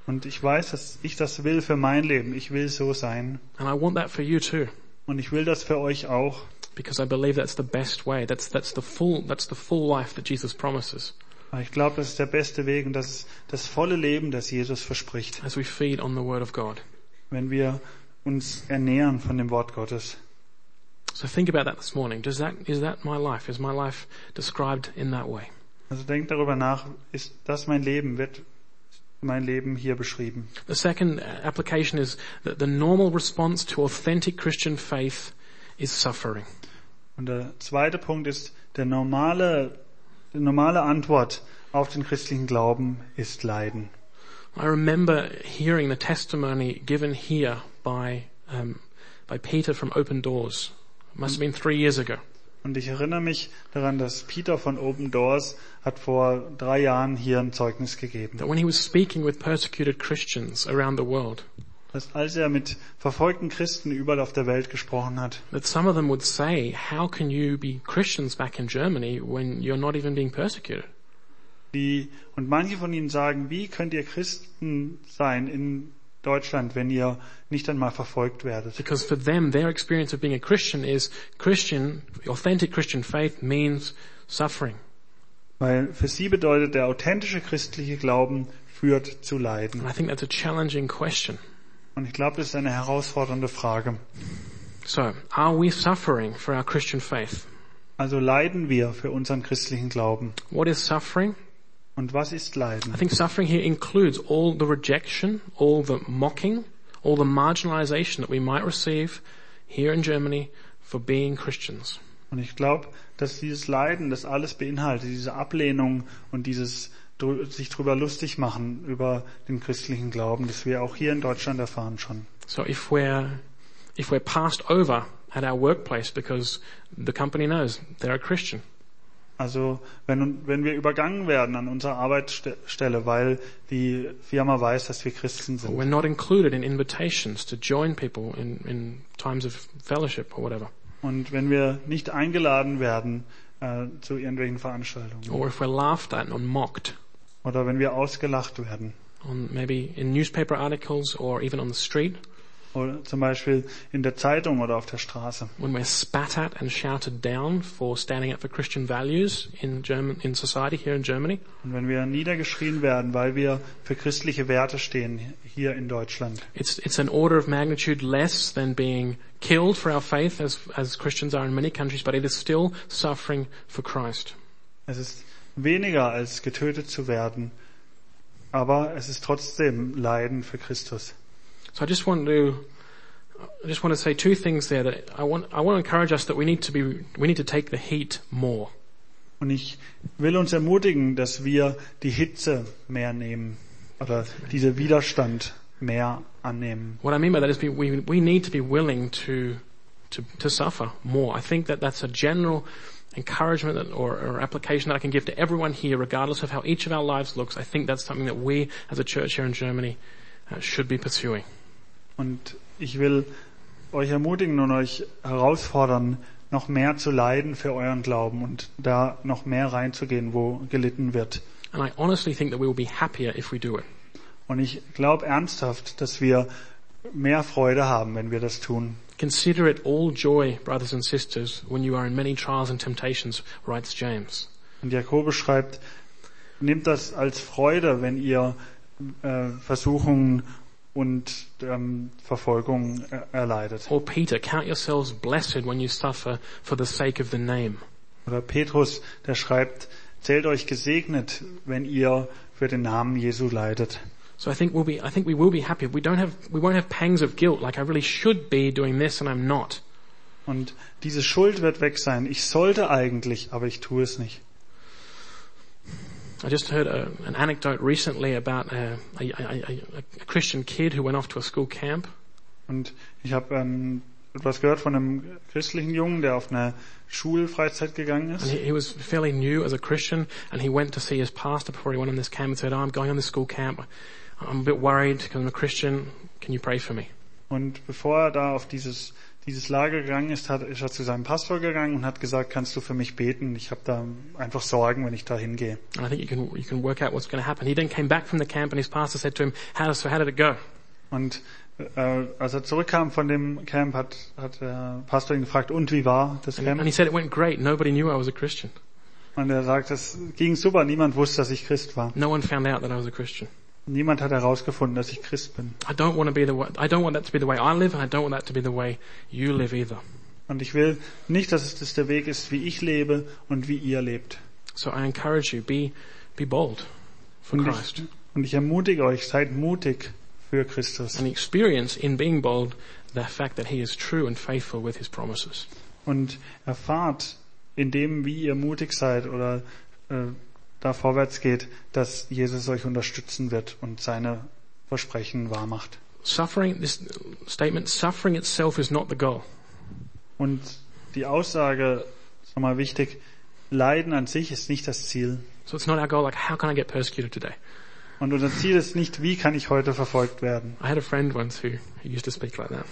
Und ich weiß, dass ich das will für mein Leben. Ich will so sein.
And I want that for you too,
Und ich will das für euch auch.
because I believe that's the best way. That's, that's the full, that's the full life that Jesus promises
Aber Ich glaube, das ist der beste Weg und das ist das volle Leben, das Jesus verspricht,
as we feed on the Word of God.
wenn wir uns ernähren von dem Wort Gottes.
So think about that this morning. Does that, is that my life? Is my life described in that way?
Also denkt darüber nach, ist das mein Leben, wird mein Leben hier beschrieben.
The second uh, application is that the normal response to authentic Christian faith is suffering.
Und der zweite Punkt ist, der normale, die normale Antwort auf den christlichen Glauben ist Leiden.
I remember hearing the testimony given here by, um, by Peter from Open Doors. It must have been three years ago.
Und ich erinnere mich daran, dass Peter von Open Doors hat vor drei Jahren hier ein Zeugnis gegeben.
that when he was speaking with persecuted Christians around the world,
Dass als er mit verfolgten Christen überall auf der Welt gesprochen hat,
that some of them would say, how can you be Christians back in Germany when you're not even being persecuted?
Die, und manche von ihnen sagen, wie könnt ihr Christen sein in Deutschland, wenn ihr nicht einmal verfolgt werdet?
Because for them, their experience of being a Christian is Christian, authentic Christian faith means suffering.
Weil für sie bedeutet, der authentische christliche Glauben führt zu Leiden.
And I think that's a challenging question.
Und ich glaube, das ist eine herausfordernde Frage.
So, are we suffering for our Christian faith?
Also leiden wir für unseren christlichen Glauben.
What is suffering?
Und was ist Leiden?
I think suffering here includes all the rejection, all the mocking, all the marginalization that we might receive here in Germany for being Christians.
Und ich glaube, dass dieses Leiden, das alles beinhaltet, diese Ablehnung und dieses drü- sich drüber lustig machen über den christlichen Glauben, das wir auch hier in Deutschland erfahren schon.
So if we're, if we're passed over at our workplace because the company knows they're a Christian,
Also wenn, wenn wir übergangen werden an unserer Arbeitsstelle, weil die Firma weiß, dass wir Christen
we're
sind
not included in invitations to join people in, in times of fellowship or whatever,
und wenn wir nicht eingeladen werden äh, zu irgendwelchen Veranstaltungen
or if we're laughed at and mocked
oder wenn wir ausgelacht werden
on maybe in newspaper articles or even on the street,
Oder zum Beispiel in der Zeitung oder auf der Straße.
When we're spat at and shouted down for standing up for Christian values in German, in society here in Germany,
Und wenn wir niedergeschrien werden, weil wir für christliche Werte stehen hier in Deutschland.
it's, it's an order of magnitude less than being killed for our faith as, as Christians are in many countries, but it is still suffering for Christ.
Es ist weniger als getötet zu werden, aber es ist trotzdem Leiden für Christus.
So I just want to, I just want to say two things there that I want, I want to encourage us that we need to be, we need to take the heat more.
Und ich will uns ermutigen, dass wir die Hitze mehr nehmen oder diesen Widerstand mehr annehmen.
What I mean by that is we, we, we need to be willing to, to, to suffer more. I think that that's a general encouragement that, or, or application that I can give to everyone here, regardless of how each of our lives looks. I think that's something that we as a church here in Germany uh, should be pursuing.
Und ich will euch ermutigen und euch herausfordern, noch mehr zu leiden für euren Glauben und da noch mehr reinzugehen, wo gelitten wird.
And I honestly think that we will be happier if we do it.
Und ich glaube ernsthaft, dass wir mehr Freude haben, wenn wir das tun.
Consider it all joy, brothers and sisters, when you are in many trials and temptations, writes James.
Und Jakobus schreibt, nehmt das als Freude, wenn ihr äh, Versuchungen und ähm, Verfolgungen äh, erleidet.
Or Peter, count yourselves blessed when you suffer for the sake of the name.
Oder Petrus, der schreibt, zählt euch gesegnet, wenn ihr für den Namen Jesu leidet.
So I think we'll be, I think we will be happy. We don't have, we won't have pangs of guilt, like I really should be doing this and I'm not.
Und diese Schuld wird weg sein. Ich sollte eigentlich, aber ich tue es nicht.
I just heard a, an anecdote recently about a, a, a, a- a Christian kid who went off to a school camp
Und ich habe ähm, etwas gehört von einem christlichen Jungen, der auf eine Schulfreizeit gegangen
and
ist.
he, he was fairly new as a Christian and he went to see his pastor before he went on this camp and said, oh, I'm going on this school camp. I'm a bit worried because I'm a Christian. Can you pray for me?
Und bevor er da auf dieses, dieses Lager gegangen ist, hat, ist er zu seinem Pastor gegangen und hat gesagt, kannst du für mich beten? Ich habe da einfach Sorgen, wenn ich da hingehe.
And I think you can, you can work out what's going to happen. He then came back from the camp and his pastor said to him, how, so how did it go?
Und äh, als er zurückkam von dem Camp, hat, hat der Pastor ihn gefragt, und wie war das
And he
Camp?
said, it went great. Nobody knew I was a Christian.
Und er sagt, es ging super, niemand wusste, dass ich Christ war.
No one found out that I was a Christian.
Niemand hat herausgefunden, dass ich Christ bin.
I don't want to be the way, I don't want that to be the way I live and I don't want that to be the way you live either.
Und ich will nicht, dass es das der Weg ist, wie ich lebe und wie ihr lebt.
So I encourage you, be, be bold for
Und
Christ.
ich, und ich ermutige euch, seid mutig für Christus.
And experience in being bold the fact that he is true and faithful with his promises.
und erfahrt in dem, wie ihr mutig seid oder äh, da vorwärts geht, dass Jesus euch unterstützen wird und seine Versprechen wahrmacht.
Suffering, this statement, suffering itself is not the goal.
Und die Aussage, ist nochmal wichtig, Leiden an sich ist nicht das Ziel.
So it's not our goal, like, how can I get persecuted today?
Und unser Ziel ist nicht, wie kann ich heute verfolgt werden.
I had a friend once who, who used to speak like that.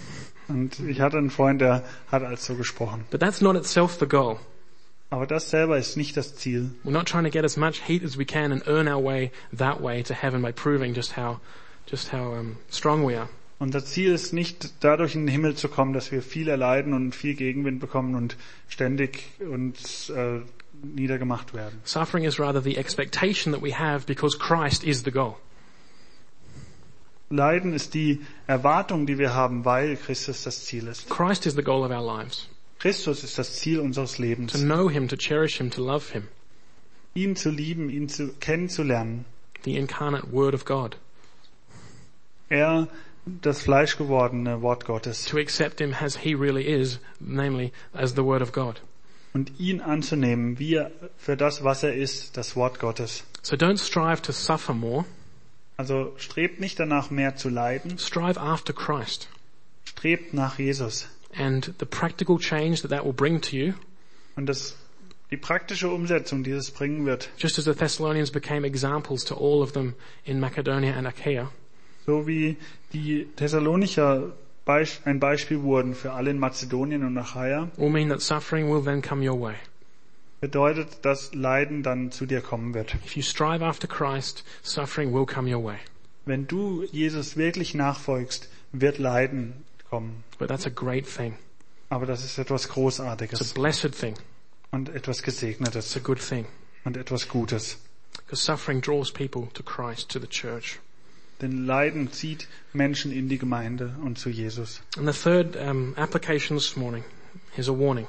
Und ich hatte einen Freund, der hat als so gesprochen.
But that's not itself the goal.
Aber das selber ist nicht das Ziel.
We're not trying to get as much heat as we can and earn our way that way to heaven by proving just how, just how um, strong we are.
Unser Ziel ist nicht, dadurch in den Himmel zu kommen, dass wir viel erleiden und viel Gegenwind bekommen und ständig uns äh, niedergemacht werden.
Suffering is rather the expectation that we have because Christ is the goal.
Leiden ist die Erwartung, die wir haben, weil Christus das Ziel ist.
Christ is the goal of our lives.
Christus ist das Ziel unseres
To
Lebens.
know Him, to cherish Him, to love Him.
Ihn zu lieben, ihn zu kennenzulernen.
The incarnate Word of God.
Er, das Fleischgewordene Wort Gottes.
To accept Him as He really is, namely, as the Word of God.
Und ihn anzunehmen, wie er, für das, was er ist, das Wort Gottes.
So don't strive to suffer more.
Also strebt nicht danach, mehr zu leiden,
Strive after Christ.
strebt nach Jesus.
And the practical change that that will bring to you,
Und das, die praktische Umsetzung, die es bringen wird,
just as the Thessalonians became examples to all of them in Macedonia and Achaia,
so wie die Thessalonicher Beisp- ein Beispiel wurden für alle in Mazedonien und Achaia,
will mean that suffering will then come your way.
bedeutet, dass Leiden dann zu dir kommen wird.
If you strive after Christ, suffering will come your way.
Wenn du Jesus wirklich nachfolgst, wird Leiden kommen.
But that's a great thing.
Aber das ist etwas
It's a
Großartiges
blessed thing.
und etwas
It's
Gesegnetes
a good thing.
und etwas Gutes.
Because suffering draws people to Christ, to the church.
Denn Leiden zieht Menschen in die Gemeinde und zu Jesus.
And the third um, application this morning is a warning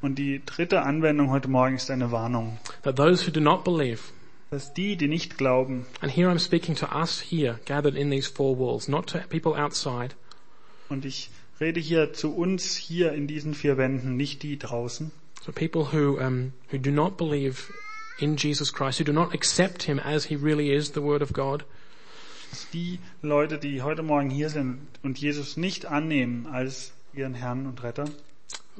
Und die dritte Anwendung heute Morgen ist eine Warnung.
that those who do not believe,
Dass die, die nicht glauben,
and here I'm speaking to us here gathered in these four walls, not to people outside,
und ich rede hier zu uns hier in diesen vier Wänden, nicht die draußen,
so people who um, who do not believe in Jesus Christ, who do not accept Him as He really is, the Word of God,
dass die Leute, die heute Morgen hier sind und Jesus nicht annehmen als ihren Herrn und Retter,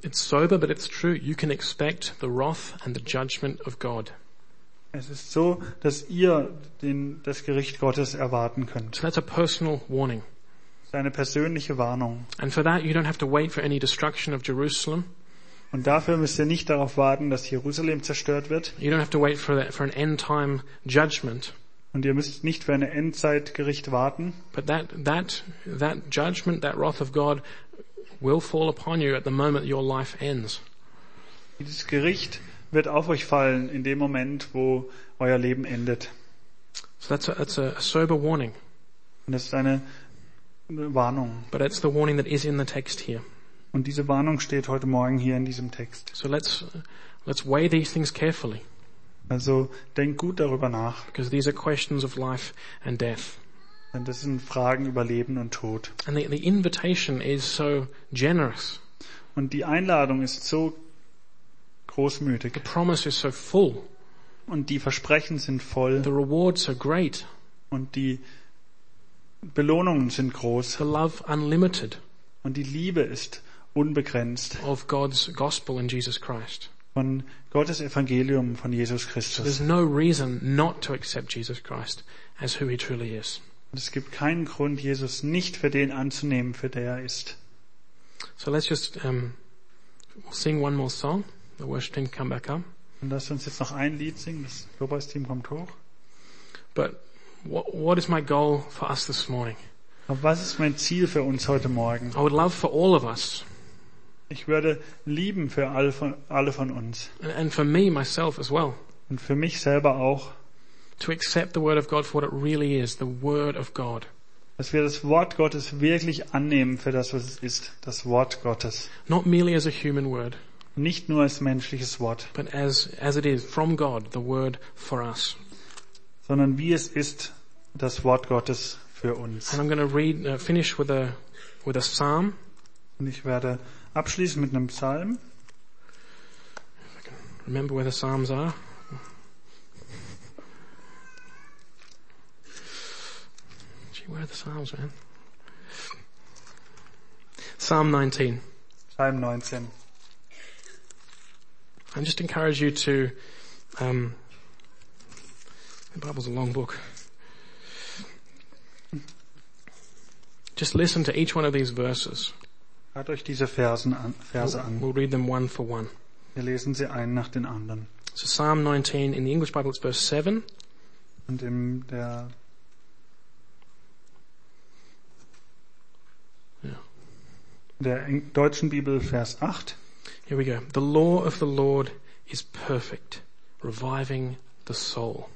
It's sober, but it's true. You can expect the wrath and the judgment of God.
es ist so, dass ihr den, das Gericht Gottes erwarten könnt.
So that's a personal warning.
Das ist eine persönliche Warnung.
And for that, you don't have to wait for any destruction of Jerusalem.
Und dafür müsst ihr nicht darauf warten, dass Jerusalem zerstört wird.
You don't have to wait for, that, for an end time judgment.
Und ihr müsst nicht für ein Endzeitgericht warten.
But that, that, that judgment, that wrath of God will fall upon you at the moment your life ends.
Dieses Gericht wird auf euch fallen in dem Moment, wo euer Leben endet.
So that's a, that's a sober warning,
Und das ist eine Warnung.
but it's the warning that is in the text here.
Und diese Warnung steht heute Morgen hier in diesem Text.
So let's, let's weigh these things carefully
Also denkt gut darüber nach,
because these are questions of life and death.
denn das sind Fragen über Leben und Tod.
And the, the invitation is so generous.
Und die Einladung ist so großmütig
The promise is so full.
und die Versprechen sind voll
The reward so great.
und die Belohnungen sind groß
The love unlimited
und die Liebe ist unbegrenzt
of God's gospel in Jesus Christ.
von Gottes Evangelium von Jesus
There's
Christus.
no reason not to accept Jesus Christ as who he truly is.
Und es gibt keinen Grund, Jesus nicht für den anzunehmen, für der er ist.
So let's just um, we'll sing one more song. The worship team come back up.
Und lasst uns jetzt noch ein Lied singen. Das Lobpreisteam kommt hoch.
But what, what is my goal for us this morning?
Aber was ist mein Ziel für uns heute Morgen?
I would love for all of us,
Ich würde lieben für alle von, alle von uns
and, and for me myself as well,
und für mich selber auch,
to accept the word of God for what it really is, the word of God.
dass wir das Wort Gottes wirklich annehmen für das, was es ist, das Wort Gottes.
Not merely as a human word,
Nicht nur als menschliches Wort,
but as, as it is from God, the word for us.
sondern wie es ist, das Wort Gottes für uns.
And I'm going to read, uh, finish with a, with a psalm.
Und ich werde abschließen mit einem Psalm.
Remember where the psalms are? Gee, where are the psalms, man? Psalm 19.
Psalm 19.
I just encourage you to, um, the Bible's a long book. Just listen to each one of these verses.
Hört euch diese Versen an, Verse an.
We'll read them one for one.
Wir lesen sie einen nach den anderen.
So Psalm 19 in the English Bible, it's verse 7.
Und in der
Ja.
der eng- deutschen Bibel Vers 8.
Here we go. The law of the Lord is perfect, reviving the soul.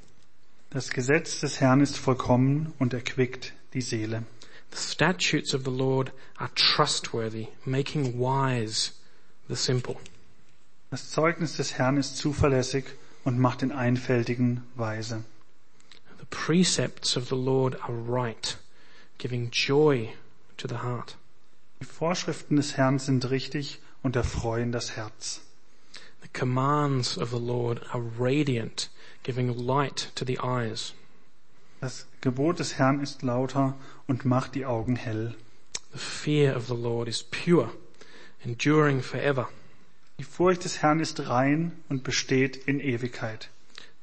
Das Gesetz des Herrn ist vollkommen und erquickt die Seele.
The statutes of the Lord are trustworthy, making wise the simple.
Das Zeugnis des Herrn ist zuverlässig und macht den Einfältigen weise.
The precepts of the Lord are right, giving joy to the heart.
Die Vorschriften des Herrn sind richtig und erfreuen das Herz.
The commands of the Lord are radiant, giving light to the eyes.
Das Gebot des Herrn ist lauter und macht die Augen hell.
The fear of the Lord is pure, enduring forever.
Die Furcht des Herrn ist rein und besteht in Ewigkeit.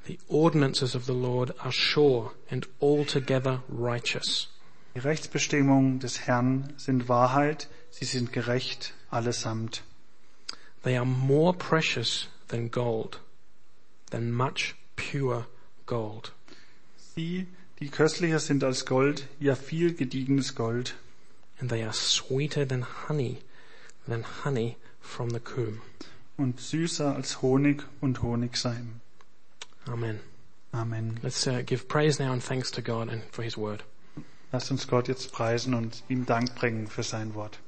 The ordinances of the Lord are sure and altogether righteous.
Die Rechtsbestimmungen des Herrn sind Wahrheit, sie sind gerecht allesamt.
They are more precious than gold, than much pure gold.
Sie, die köstlicher sind als Gold, ja viel gediegenes Gold,
and they are sweeter than honey, than honey from the comb.
und süßer als Honig und Honigseim.
Amen.
Amen.
Let's uh, give praise now and thanks to God and for His word.
Lasst uns Gott jetzt preisen und ihm Dank bringen für sein Wort.